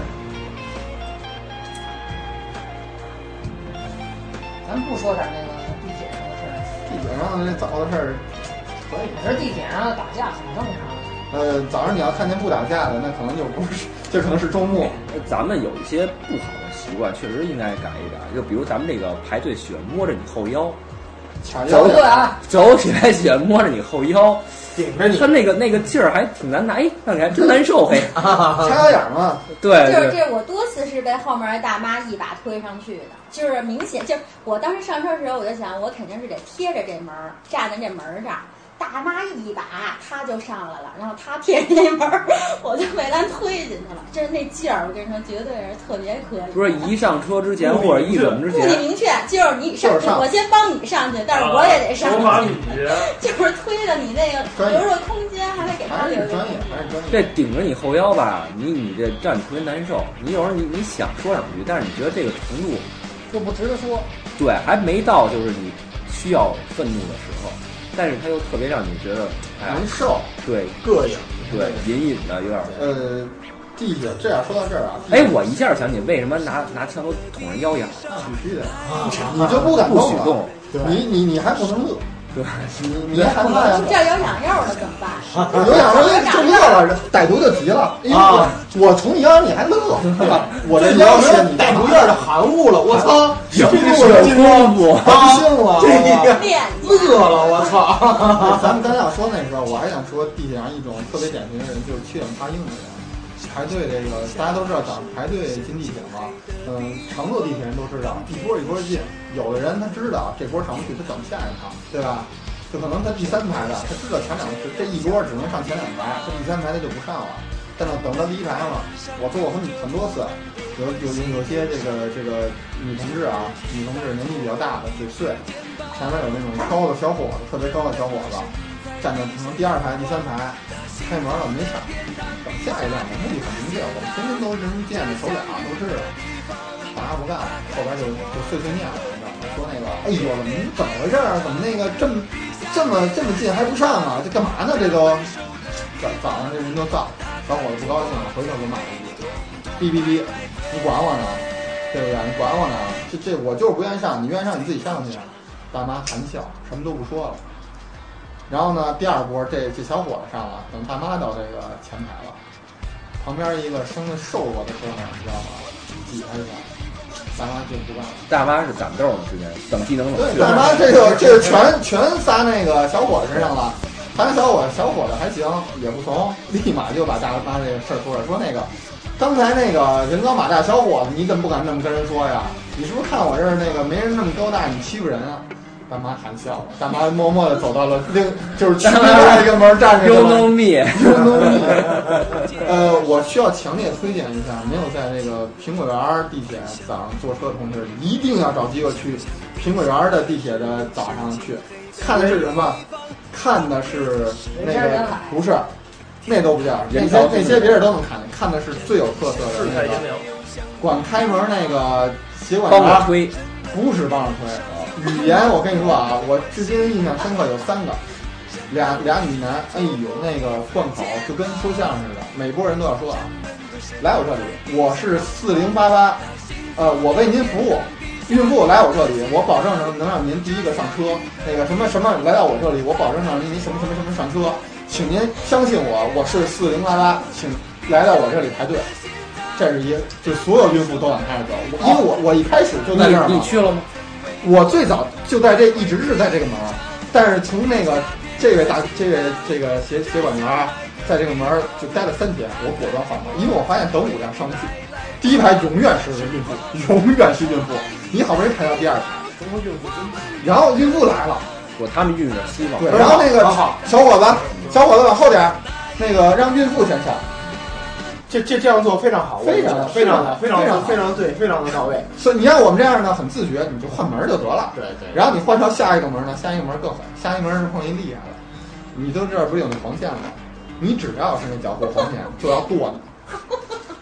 咱不说点那个地铁上的事儿，
地铁上那燥的事儿可以。
可是地铁上打架很正常。
呃，早上你要看见不打架的，那可能就不是，这可能是周末。
哎咱们有一些不好的习惯，确实应该改一改，就比如咱们这个排队喜欢摸着你后腰，
抢
走
着
对啊，
走起来喜欢摸着你后腰，
顶着你
他，那个那个劲儿还挺难拿，哎，让你还真难受嘿，
掐小眼儿嘛，
对
就是
对，
这，我多次是被后面的大妈一把推上去的，就是明显就是我当时上车的时候，我就想我肯定是得贴着这门儿，站在这门儿上。大妈一把，她就上来了，然后她贴着那门儿，我就被她推进去了。就是那劲儿，我跟你说，绝对是特别可以。
不是一上车之前或者一怎么之
目的
前，
明确，就是你上
就是，上
我先帮你上去，但是我也得上
手把
啊
去，
米，
就是推着你那个
专业
留着空间，还得给他
还是
留着空
专业
间。，
还是专
这
业。
顶着你后腰吧，你你这让你特别难受，你有时候你你想说两句，但是你觉得这个程度，
就不值得说，
对，还没到就是你需要愤怒的时候，但是他又特别让你觉得，哎呀
难，受。
对
膈应。
对，隐隐的有点。
呃，地铁这样说到这儿啊，
哎，我一下想起为什么拿拿枪都捅人腰眼了，啊
必须的，
啊
你就不敢
不许
了，
动，
你你你还不能乐，
对，
你你还害怕呀
这？要有痒药了怎么办？
啊有两个人就乐了，歹毒就急了。哎呦
啊，
我我从你腰上你还乐，对吧？我这
这
腰
要是
是你
带毒药的啊含糊了，我操！
有
这
这啊
是
是
进
功夫，
高兴了，
这个
练一下
乐了，我 操！
咱们咱俩说那时候，我还想说地铁上一种特别典型的人，就是缺氧怕硬的人。排队这个大家都知道，咱们排队进地铁嘛，嗯，常坐地铁人都知道，一波一波进。有的人他知道这波上不去，他等下一趟，对吧？就可能他第三排的，他知道前两排这一波只能上前两排，他第三排他就不上了。但是等到第一排了，我坐过很很多次，有有有有些这个这个女同志啊，女同志年纪比较大的，几岁，前面有那种高的小伙子，特别高的小伙子，站在可能第二排、第三排，开门了没闪，等下一站我目的很明确，我们天天都人见着手痒都知道，啥不干，后边就就碎碎念了，你知道吗？说那个，哎呦，怎么怎么回事啊？怎么那个这么这么这么近还不上啊？这干嘛呢？这都早早上这人都燥，小伙子不高兴了，回头就骂了一句，哔哔哔，你管我呢？对不对？你管我呢？这这我就是不愿意上，你愿意上你自己上去啊。大妈含笑，什么都不说了。然后呢，第二波这这小伙子上了，等大妈到这个前排了，旁边一个生的瘦弱的哥们儿，你知道吗？挤他一下，大妈就不干了。
大妈是攒豆儿的时间，等技能冷
对，
却。
大妈这个这个全全撒那个小伙子身上了。咱小伙小伙子还行，也不怂，立马就把大妈这个事儿说了，说那个刚才那个人高马大小伙子，你怎么不敢那么跟人说呀？你是不是看我这儿那个没人那么高大，你欺负人啊？大妈含笑了，大妈默默的走到了另就是区另外一个门站着
y
去
o
了。
me，
呃，我需要强烈推荐一下，没有在这个苹果园儿地铁早上坐车的同学，一定要找机会去苹果园儿的地铁的早上去。看的是什么？看的是那个不是，那都不叫那些那些别人都能看见，看的是最有特色的
世
那
态炎
个
凉。
管开门那个协管
帮我
员，啊
推，
不是啊帮着推。语言我跟你说啊，我至今印象深刻有三个，俩俩女男，哎呦那个贯口就跟说相声似的，每波人都要说啊，来我这里，我是四零八八，呃，我为您服务。孕妇来我这里，我保证能能让您第一个上车。那个什么什么来到我这里，我保证让您什么什么什么上车，请您相信我，我是四零八八，请来到我这里排队。这是一个，就所有孕妇都往开始走，我因为我我一开始就在这儿
你
嘛
你，去了吗？
我最早就在这一直是在这个门儿，但是从那个这位大这位这个协协管员儿在这个门儿就待了三天，我果断换门，因为我发现等五辆上不去，第一排永远是孕妇，永远是孕妇，你好不容易排到第二排，然后孕妇来了，
我他们运着西方
对，，然后那个小伙子小伙子往后点儿，那个让孕妇先上，
这这这样做非常好，我
非常好
非常好，非常
非常好
好非常对，非常的到位。
所以你像我们这样呢，很自觉，你就换门儿就得了。
对对，
然后你换到下一个门儿呢，下一个门儿更狠，下一个门儿是碰一厉害的，你都知道不是有那黄线吗？你只要是那脚过黄线，就要剁你，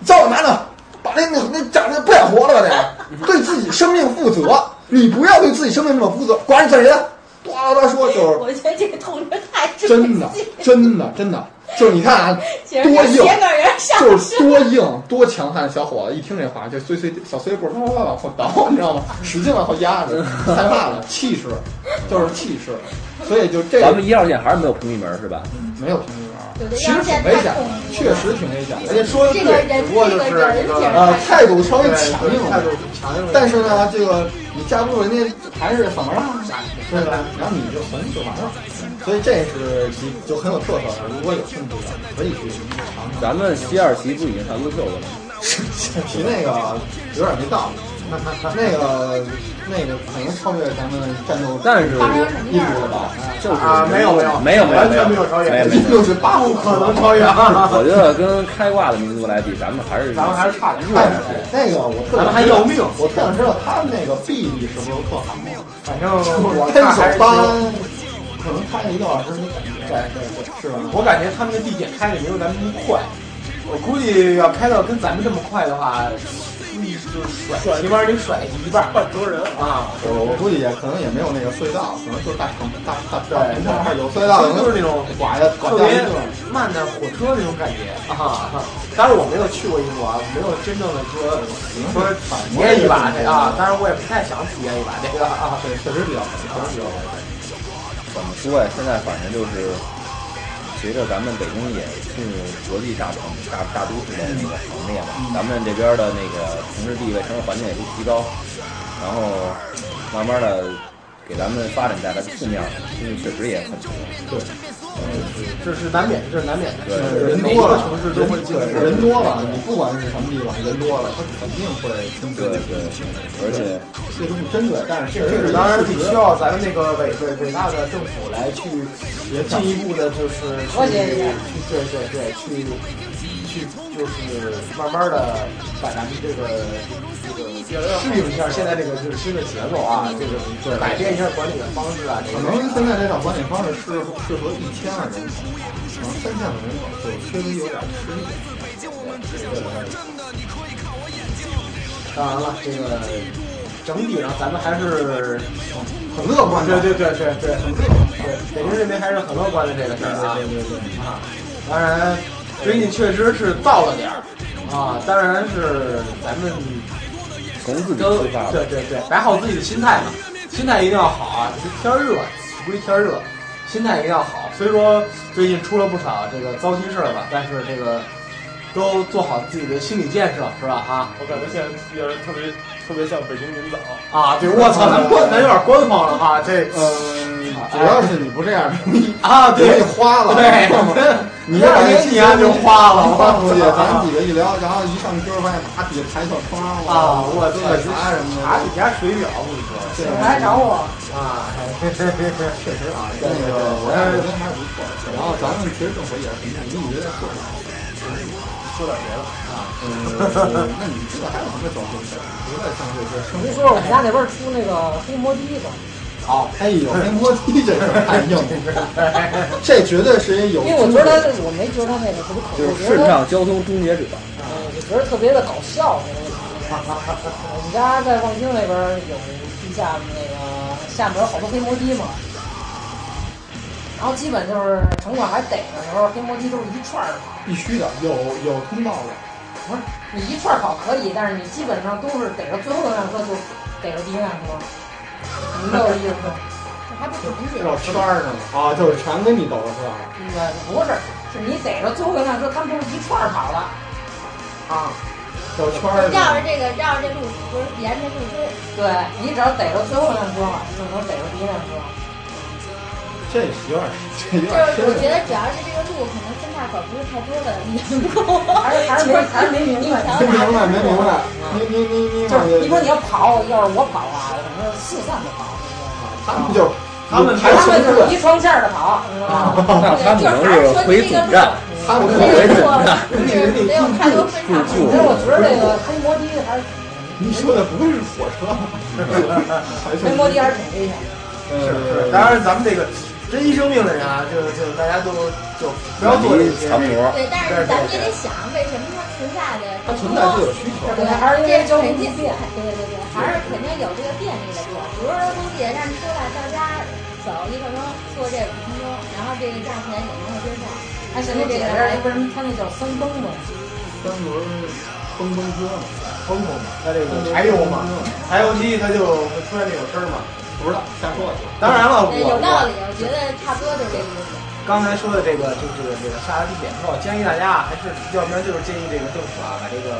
叫我拿着，把那那那长得不想活了吧得，对自己生命负责，你不要对自己生命这么负责，管你是谁的，哆啦哆啦说就是
我觉得这个同志太 直接
真的，真的，真的，就是你看啊，
简直
多
是
硬
铁，杆人上身。
就是多硬多强悍的小伙子，一听这话就碎碎小碎步，啪啪啪往后倒， 你知道吗？使劲往后压 着，害怕了，气势，就是气势。所以就这
咱
个
们一号线还是没有平民门是吧？
没有平民园，
有的
其实
腰
挺
线
危
太
险
恐
的，
怖
确
了。
实挺危险
人
的。
家说的
这个
对，
人
只不过就
这
是
个人
一个
简直
呃，态度稍微
对
强硬
对态
点
度，强硬，
但是呢，这个你架不住人家还是嗓门大，哎对吧？然后你就怂就完了。所以这是一就很有特色的，如果有兴趣的可以去尝尝。
咱们西二旗不已经上优秀了吗？
提那个有点没道理，那个那个可能超越咱们战斗
但是
发生什么
一
样
步了
儿？
吧？
就是
啊没有没有
没有
完全没有超越
哎
没有没有没有
六十八哎
不可能超越啊！
我觉得跟开挂的民族来比，咱们还是
咱们还是差点
哎，那个我特
咱们还要命
我特想知道他那个 B 力是不是特好？
反正
我
我
跟
看
手
还是
班可能开了一个小时没感觉，是吧？
我感觉他们的地铁开的没有咱们那么快，我估计要开到跟咱们这么快的话，你就甩，起码得甩一半儿
半桌人，
啊！
我我估计也可能也没有那个隧道，可能就是大长大大
对
大平哎台还是有隧道，
就是那种
拐的拐
特
掉一
别
个。
慢的火车那种感觉啊！当然我没有去过英国啊，没有真正的说说体验一把这个啊，当然我也不太想体验一把这个啊。
对，确实比较狠，确实比较狠。
怎么说呀？现在反正就是随着咱们北京也进入国际大城大大都市的那个行列嘛，咱们这边的那个城市地位、城市环境也都提高，然后慢慢的给咱们发展带来的负面儿东西确实也很多。
这是难免，这是难免的。
对
人
人
多
多
了，
了，
城市都会进入
人多了，你不管是什么地方，人多了，他肯定会针
对
对
对，而且
这东西针对，但是
这
确实
是当然得需要咱们那个伟伟伟大的政府来去进一步的，就是
和谐一下
去对对对，去去就是慢慢的把咱们这个这个适应一下现在这个就是新的节奏啊，这个对改变一下管理的方式啊，这
可
个
能现在这种管理方式适合适合一千万人口，可能三千万人口就稍微有点吃力。
当然了，这个整体上咱们还是
很乐观
对
的，
对对对对，很乐观。对，北京这边还是很乐观的这个事儿啊。对对对啊，当然，最近确实是到了点儿啊，当然是咱们
从自己
都
出发吧。
对对对，摆好自己的心态嘛，心态一定要好啊。天儿热归天儿热，心态一定要好。虽说最近出了不少这个糟心事儿吧，但是这个都做好自己的心理建设，是吧？哈
我感觉现在有点特别特别像北京民早，
啊，对，我操，咱官咱有点官方了哈，这
嗯，主要是你不这 样，你
啊，
别
对
花了，
对，
你
第
这
二 年你啊就花了，
发 出去，咱
我
几个一聊，然后一上歌，发现啪底下排小窗
操啊，我
这
操，
啥什么
查
的
你，家水表不你说
对
来找我，
啊？
确实啊，那个我我觉得还是不错。然后咱们其实政府也是很努力的在做。
说点别的。
嗯，那你这还有什么小故事？除了上这些生
你说我们家那边出那个黑摩的吧，
好，哎呦，电波机这是太硬了，这绝对是一有
因为我觉得我没觉得他那个特别恐怖，
就
我
是
觉
顺
得
畅交通终结者，
我觉得特别的搞笑。这个我们家在望京那边有地下那个下面有好多黑摩的嘛，然后基本就是城管还逮的时候，黑摩的都是一串儿的。
必须的，有有通道的，
不是你一串跑可以，但是你基本上都是逮着最后的辆车就逮着第一辆车，你没有意思吗？
这还不纯洁。
绕圈儿呢。
啊，就是全跟你抖了是吧？
那个嗯不是，是你逮着最后一辆车，他们都是一串跑了。啊，
绕圈儿
绕
呢，
着这个绕着这路，不是沿着路追，
对你只要逮着最后一辆车嘛，就能逮着第一辆车。
这有点这有点
就是我
深。
觉得主要是这个路可能分叉口不是太多的能够。
还是还是没还是没明白。
没明白，没明白，你你你你，
就是
嗯
你说你要跑，要是我跑啊，我们四散的跑，
他
嗯
们就排
他
成
们就是
队，
一双线的跑，你知道
哦
吗？
那他们能是回总站，
他们
这
就是
个路就是没有太多分叉口
所
嗯
以我觉得这个黑摩的还是
你说的不会是火车吗？
黑摩的还是挺危险的。
是，当然咱们这个真医生病的人啊，就就大家都就不要做这些。
残模，
对，但是咱们也得想，为什么它存在的？
它存在就有需求。
对，还是因为交通不便。
对对对，还是肯定有这个便利的路。比如说从地铁站出来到家走一刻钟，坐这五分钟，然后这个价钱也能够接受。
哎，现在解释为什么他那叫三蹦子？
三轮风风车嘛，
风控嘛，它这个嗯柴油嘛，柴油机它就会出现这种声儿嘛。
不知道瞎说的。
当然了，
对，有道
我
理，我觉得差不多就这意思。
刚才说的这个，就这个这个下了地铁之后，建议大家啊还是，要不然就是建议这个政府啊，把这个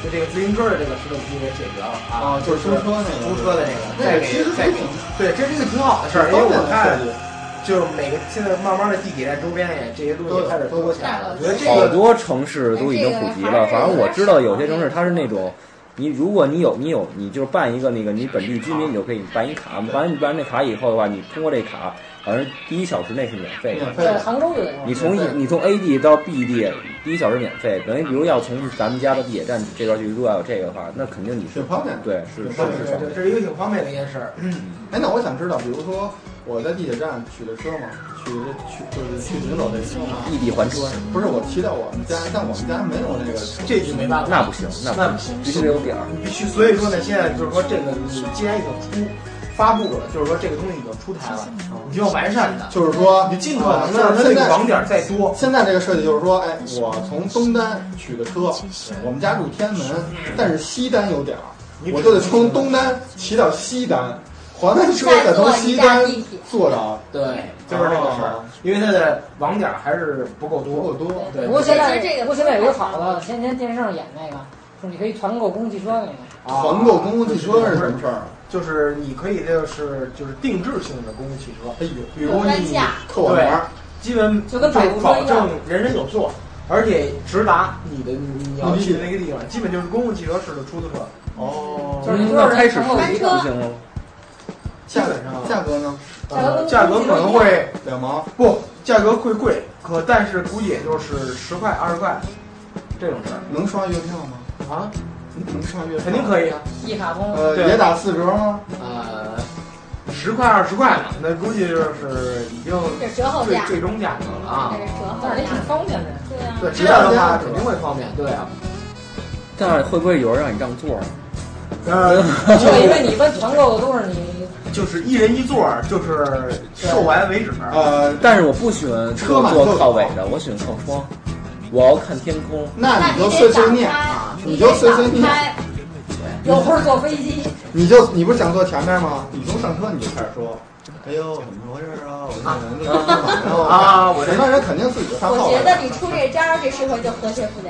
就这个自行车的这个市政批给解决了
啊，
啊，
就是租车那个，
租车的这个，
那
再
个其
给
实还
再给
挺，
对，这是一个挺好的事儿，因为我看就是每个现在慢慢的地铁站周边也这些东西开始多起来了，我觉得这
好
个
多城市都已经普及了。反正我知道有些城市它是那种，你如果你有你有你就是办一个那个你本地居民，你就可以办一卡，办办那卡以后的话，你通过这卡，好像是第一小时内是免费的。
免费
对，
的，
杭州有一
你
个。
从你从 A 地到 B 地，第一小时免费，等于比如要从咱们家的地铁站这段距离如果要有这个的话，那肯定你是
挺方便的。
对是是
对
是
对对，这是一个挺方便的一件事儿。
哎，那我想知道，比如说我在地铁站取的车嘛，取的取就是去行走这车嘛，
异地还车，
不是我骑到我们家，但我们家没有那个车。
这就没办法，
那不行，那
那
不行，必须得有点儿。
你必须，所以说呢，现在就是说这个，你既然已经出发布了，就是说这个东西已经出台了，
嗯
你就要完善它，
就是说，
你尽可能的
啊
让它
就是
这
现
个网
在
点再多。
现在这个设计就是说，哎，我从东单取的车，我们家住天安门，但是西单有点儿，
你
我就得从东单骑到西单，还完车再从西
再
单
坐一架地铁
坐着，
对，就是这个事儿，因为它的网点还是不够
不够
多。
多。
对，
不过现在不过现在有一个好的，前几天电视上演那个，就是你可以团购公共汽车那个。
啊
团购公共汽车是什么事儿啊？
就是你可以就是就是定制性的公共汽车，
哎呦，
比如你
扣我门儿，
基本
就跟百度车一样
保证人人有座，而且直达你的你你要
目的
去
地
的那个地方，基本就是公共汽车式的出租车。
哦
就是
那嗯开始是一个不行了，
价格上价格呢？
呃价格可能会
两毛，
不，价格会贵，可但是估计也就是十块二十块这种事儿
能刷月票吗？
啊，
你嗯能刷月票？
肯定可以啊。
一卡通，
呃，
对
也打四折吗？
呃，十块二十块嘛，那估计就是已经
这是折后
最
价，
最终价格了
这
啊。
是折后
但是也
价
挺。方便的。
对啊，
对，这样的话肯定会方便，对啊。
但是会不会有人让你让座啊？
呃，
对，因为你一般团购的都是你
就是一人一座儿，就是售完为止。啊
呃，
但是我不喜欢
车
坐
嘛
坐靠尾的，我喜欢靠窗，我要看天空。
那
那
你就
你得
碎碎
想
念，
开
你
得
就碎碎
想
念，
开。
呃
有会儿坐飞机，
你就你不是想坐前面吗？你从上车你就开始说，哎，哎呦，怎么回事啊？我这人干嘛呀？
啊
我这人肯定自己上
我
号
觉
了
得。你出这招儿，这社会就和谐不了。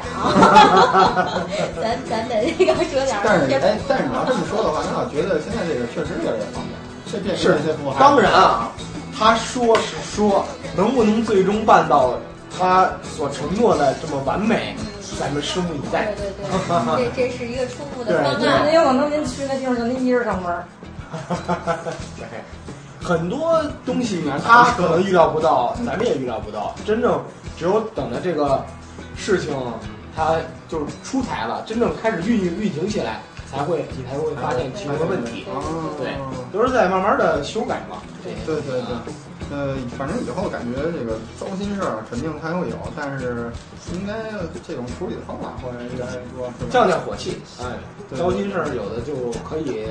咱咱得那个说点
但是你哎
儿，，
但是你要这么说的话，那我觉得现在这个确实越来越方便。这便利
是
这些服务还
当然啊，他说是说，能不能最终办到他所承诺的这么完美，咱们拭目以待
对。对对， 这这是一个初步的
对
方
哎对
案
那。有可能您去那地方就您一人上班，
对， 很多东西他
啊
可能预料不到，咱们也预料不到。真正只有等到这个事情它就是出台了，真正开始运运行起来，才会你才会发现其中的问题。对，都是在慢慢的修改嘛。这些
哦对对对，呃，反正以后感觉这个糟心事儿肯定还会有，但是应该这种处理的方法会越来越多，是吧？
降降火气，哎，
对
糟心事儿有的就可以，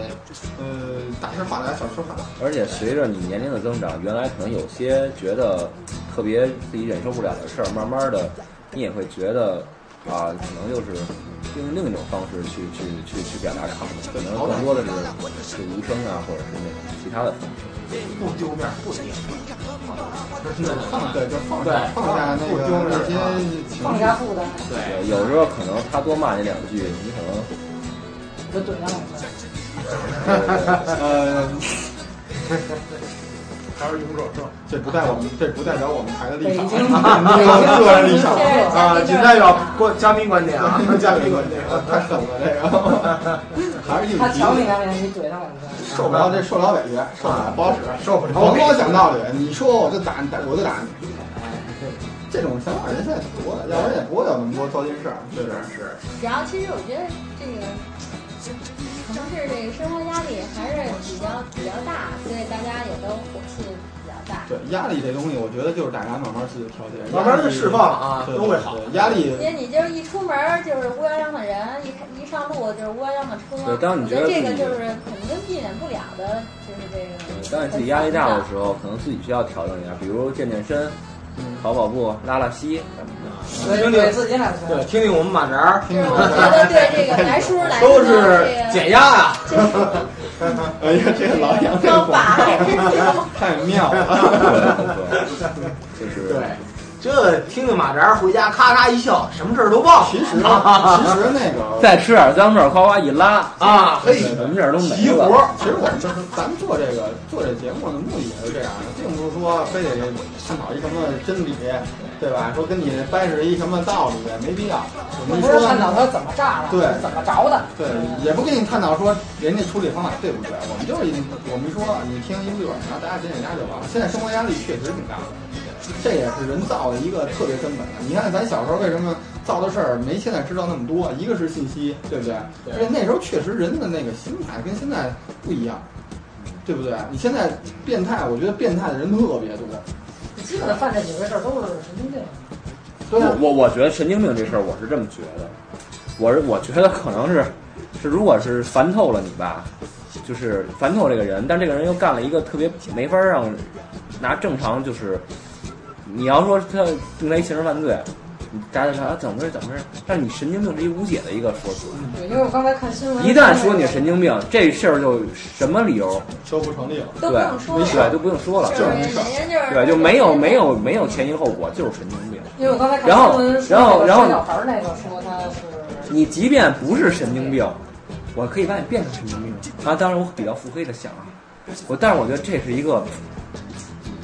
呃，大事化来，小事化了。
而且随着你年龄的增长，原来可能有些觉得特别自己忍受不了的事儿，慢慢的你也会觉得啊，可能就是用另一种方式去去去去表达抗议，可能更多的是是无声啊，或者是那种其他的方式。
不丢面儿不丢。
放对，就放
对
下放下那个
放下
那些情绪，
放下负担，
对，
对，有时候可能他多骂你两句，你可能
就怼上两句。
呃，
还是勇者胜。
这不代我们，这不代表我们台的立
北
场，
京，
没有个人立场
北京有
啊，只代表观嘉宾观点啊，嘉宾观点。
太狠了，这个还是硬
他瞧你
急，
两眼，你怼上两句。
受不了这受不了委屈，受不了不好使，
受不了
我跟我讲道理，你说我就打你，打我就打你。这种想法人现在挺多的，要不然也不会有那么多糟心事儿，是不是？是。
然后其实我觉得这个城市这个生活压力还是比较比较大，所以大家也都火气比较大。
对，压力这东西，我觉得就是大家慢慢自己调节，
慢慢的释放了啊，
对
都会好。
对对压力
因为你就是一出门儿就是乌泱泱的人，一开一上路就是乌泱泱的
对
车。
当你
我觉得
觉得
这
自
个
己
就是肯定避免不了的，就是这个。
当你自己压力大的时候，可能自己需要调整一下，比如健健身、跑跑步、拉拉稀什么的。
怼怼自己两句。
对，听听我们马扎儿，
就是我觉得对这个男叔来说，
都是
这个
减压啊。
哎呀，这个老杨这个
方
广
法还
告
真是
太妙了。
对，就是
对，这听听马扎儿回家咔咔一笑，什么事儿都忘
其
了
实，其实那 个，
再吃点脏事儿，夸夸一拉，
啊。嘿，
什么事儿都没
齐
了。
活
其实我们就是咱们做这个做这节目的目的也是这样的，并不是说非得探讨一什么真理，对吧？说跟你掰扯一什么道理，没必要。我们
不是探讨
说
他怎么炸的，
对
是怎么着的。
对，也不跟你探讨说人家处理方法对不对，我们就是一我们说你听一不对，然后大家减减压就完了。现在生活压力确实挺大的，这也是人造的一个特别根本的。你看咱小时候为什么造的事儿没现在知道那么多？一个是信息，对不对？
对
而且那时候确实人的那个心态跟现在不一样，对不对？你现在变态，我觉得变态的人特别多。
你基本上犯这几回事儿都是神经病。
对啊
我，我我觉得神经病这事儿，我是这么觉得。我是我觉得可能是是，如果是烦透了你吧，就是烦透这个人，但这个人又干了一个特别没法让拿正常就是，你要说他定为刑事犯罪，你大家说啊怎么回事怎么回事？但是你神经病是一无解的一个说辞。
对，因为我刚才看新闻，
一旦说你是神经病，这事儿就什么理由
都不成立了。
都不用说
对
了，
就不用说了，
就
就是是
人家就是
对就没有没有没有前因后果，就是神经病。
因为我刚才看
然
新
后
闻说
然后
那个
然后
小孩儿那个说他是
你即便不是神经病，我可以把你变成神经病啊！当然，我比较腹黑的想啊，我但是我觉得这是一个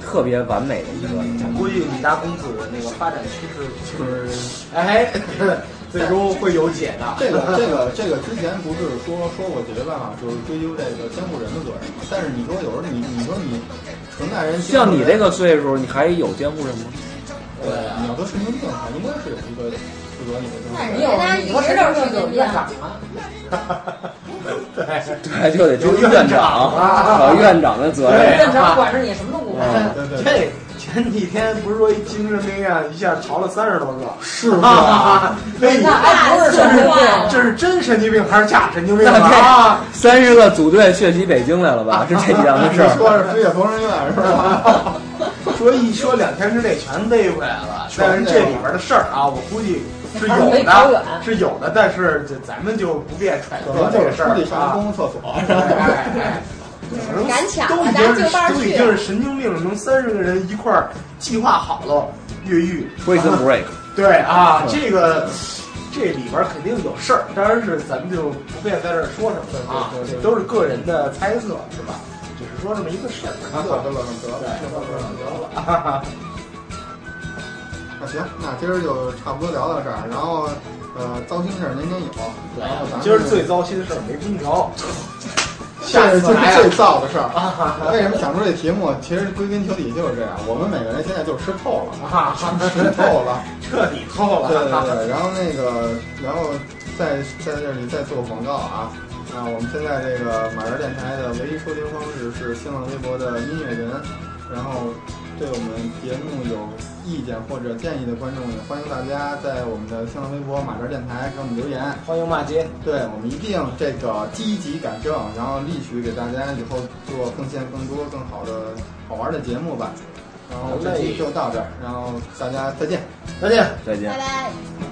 特别完美的一个。
估计李大公子那个发展趋势就是，哎， 最终会有解的。
这个这个这个之前不是说说过解决办法就是追究这个监护人的责任吗？但是你说有时候你你说你存在人
像你这
这
个岁数，你还有监护人吗？
对，你要得神经病的话，应该是有一个负责你的
那
监
你
护人。
有你说神经病有院长啊，
哎
对，就得追院长啊，院长的责
对
任。
院长管着你什么都不管。
嗯
对对对，
这前几天不是说一精神病院一下逃了三十多个，哎
是 吧？
那你
那还不是神经病？
这是真神经病还是假神经病
那这
啊？
三十个组队血洗北京来了吧？是这几样的
你
事儿。
说是职业疯人院是 吧？
说一说两天之内全逮回来了，但是这里边的事儿啊，我估计是有
没跑远
的，是有的，但是这咱们就不便揣
可
测
能
这
就
个
是
事
出
儿
去上
啊。
公共厕所，
哎哎哎
嗯赶巧
都
了，
已
咱
经
就是伴
都已
去
经。是神经病了，能三十个人一块儿计划好了越狱。
Prison Break，
对啊，这个这里边儿肯定有事儿，当然是咱们就不便在这儿说什么了啊，
对对对
这都是个人的猜测，是吧？只是说这么一个事儿。
得了得了得了
对，
得了。
哈哈哈
那行，那今儿就差不多聊到这儿，然后呃，糟心事儿年年有，然后咱们
今儿最糟心的事儿没空调，下
这是
次
就是
来
最
啊
燥的事儿。为什么想出这题目？其实归根究底就是这样，我们每个人现在就吃透了，
啊哈哈，
吃透 了。
彻底透
对
了。
对对，然后那个，然后在在这里再做个广告啊。啊，我们现在这个马哲电台的唯一收听方式是新浪微博的音乐人，然后对我们节目有意见或者建议的观众，也欢迎大家在我们的新浪微博马哲电台给我们留言。
欢迎骂街，
对我们一定这个积极改正，然后力许给大家以后做更献更多更好的好玩的节目吧。然后这期就到这儿，然后大家再见。
再见。
再见
拜。拜。
拜拜。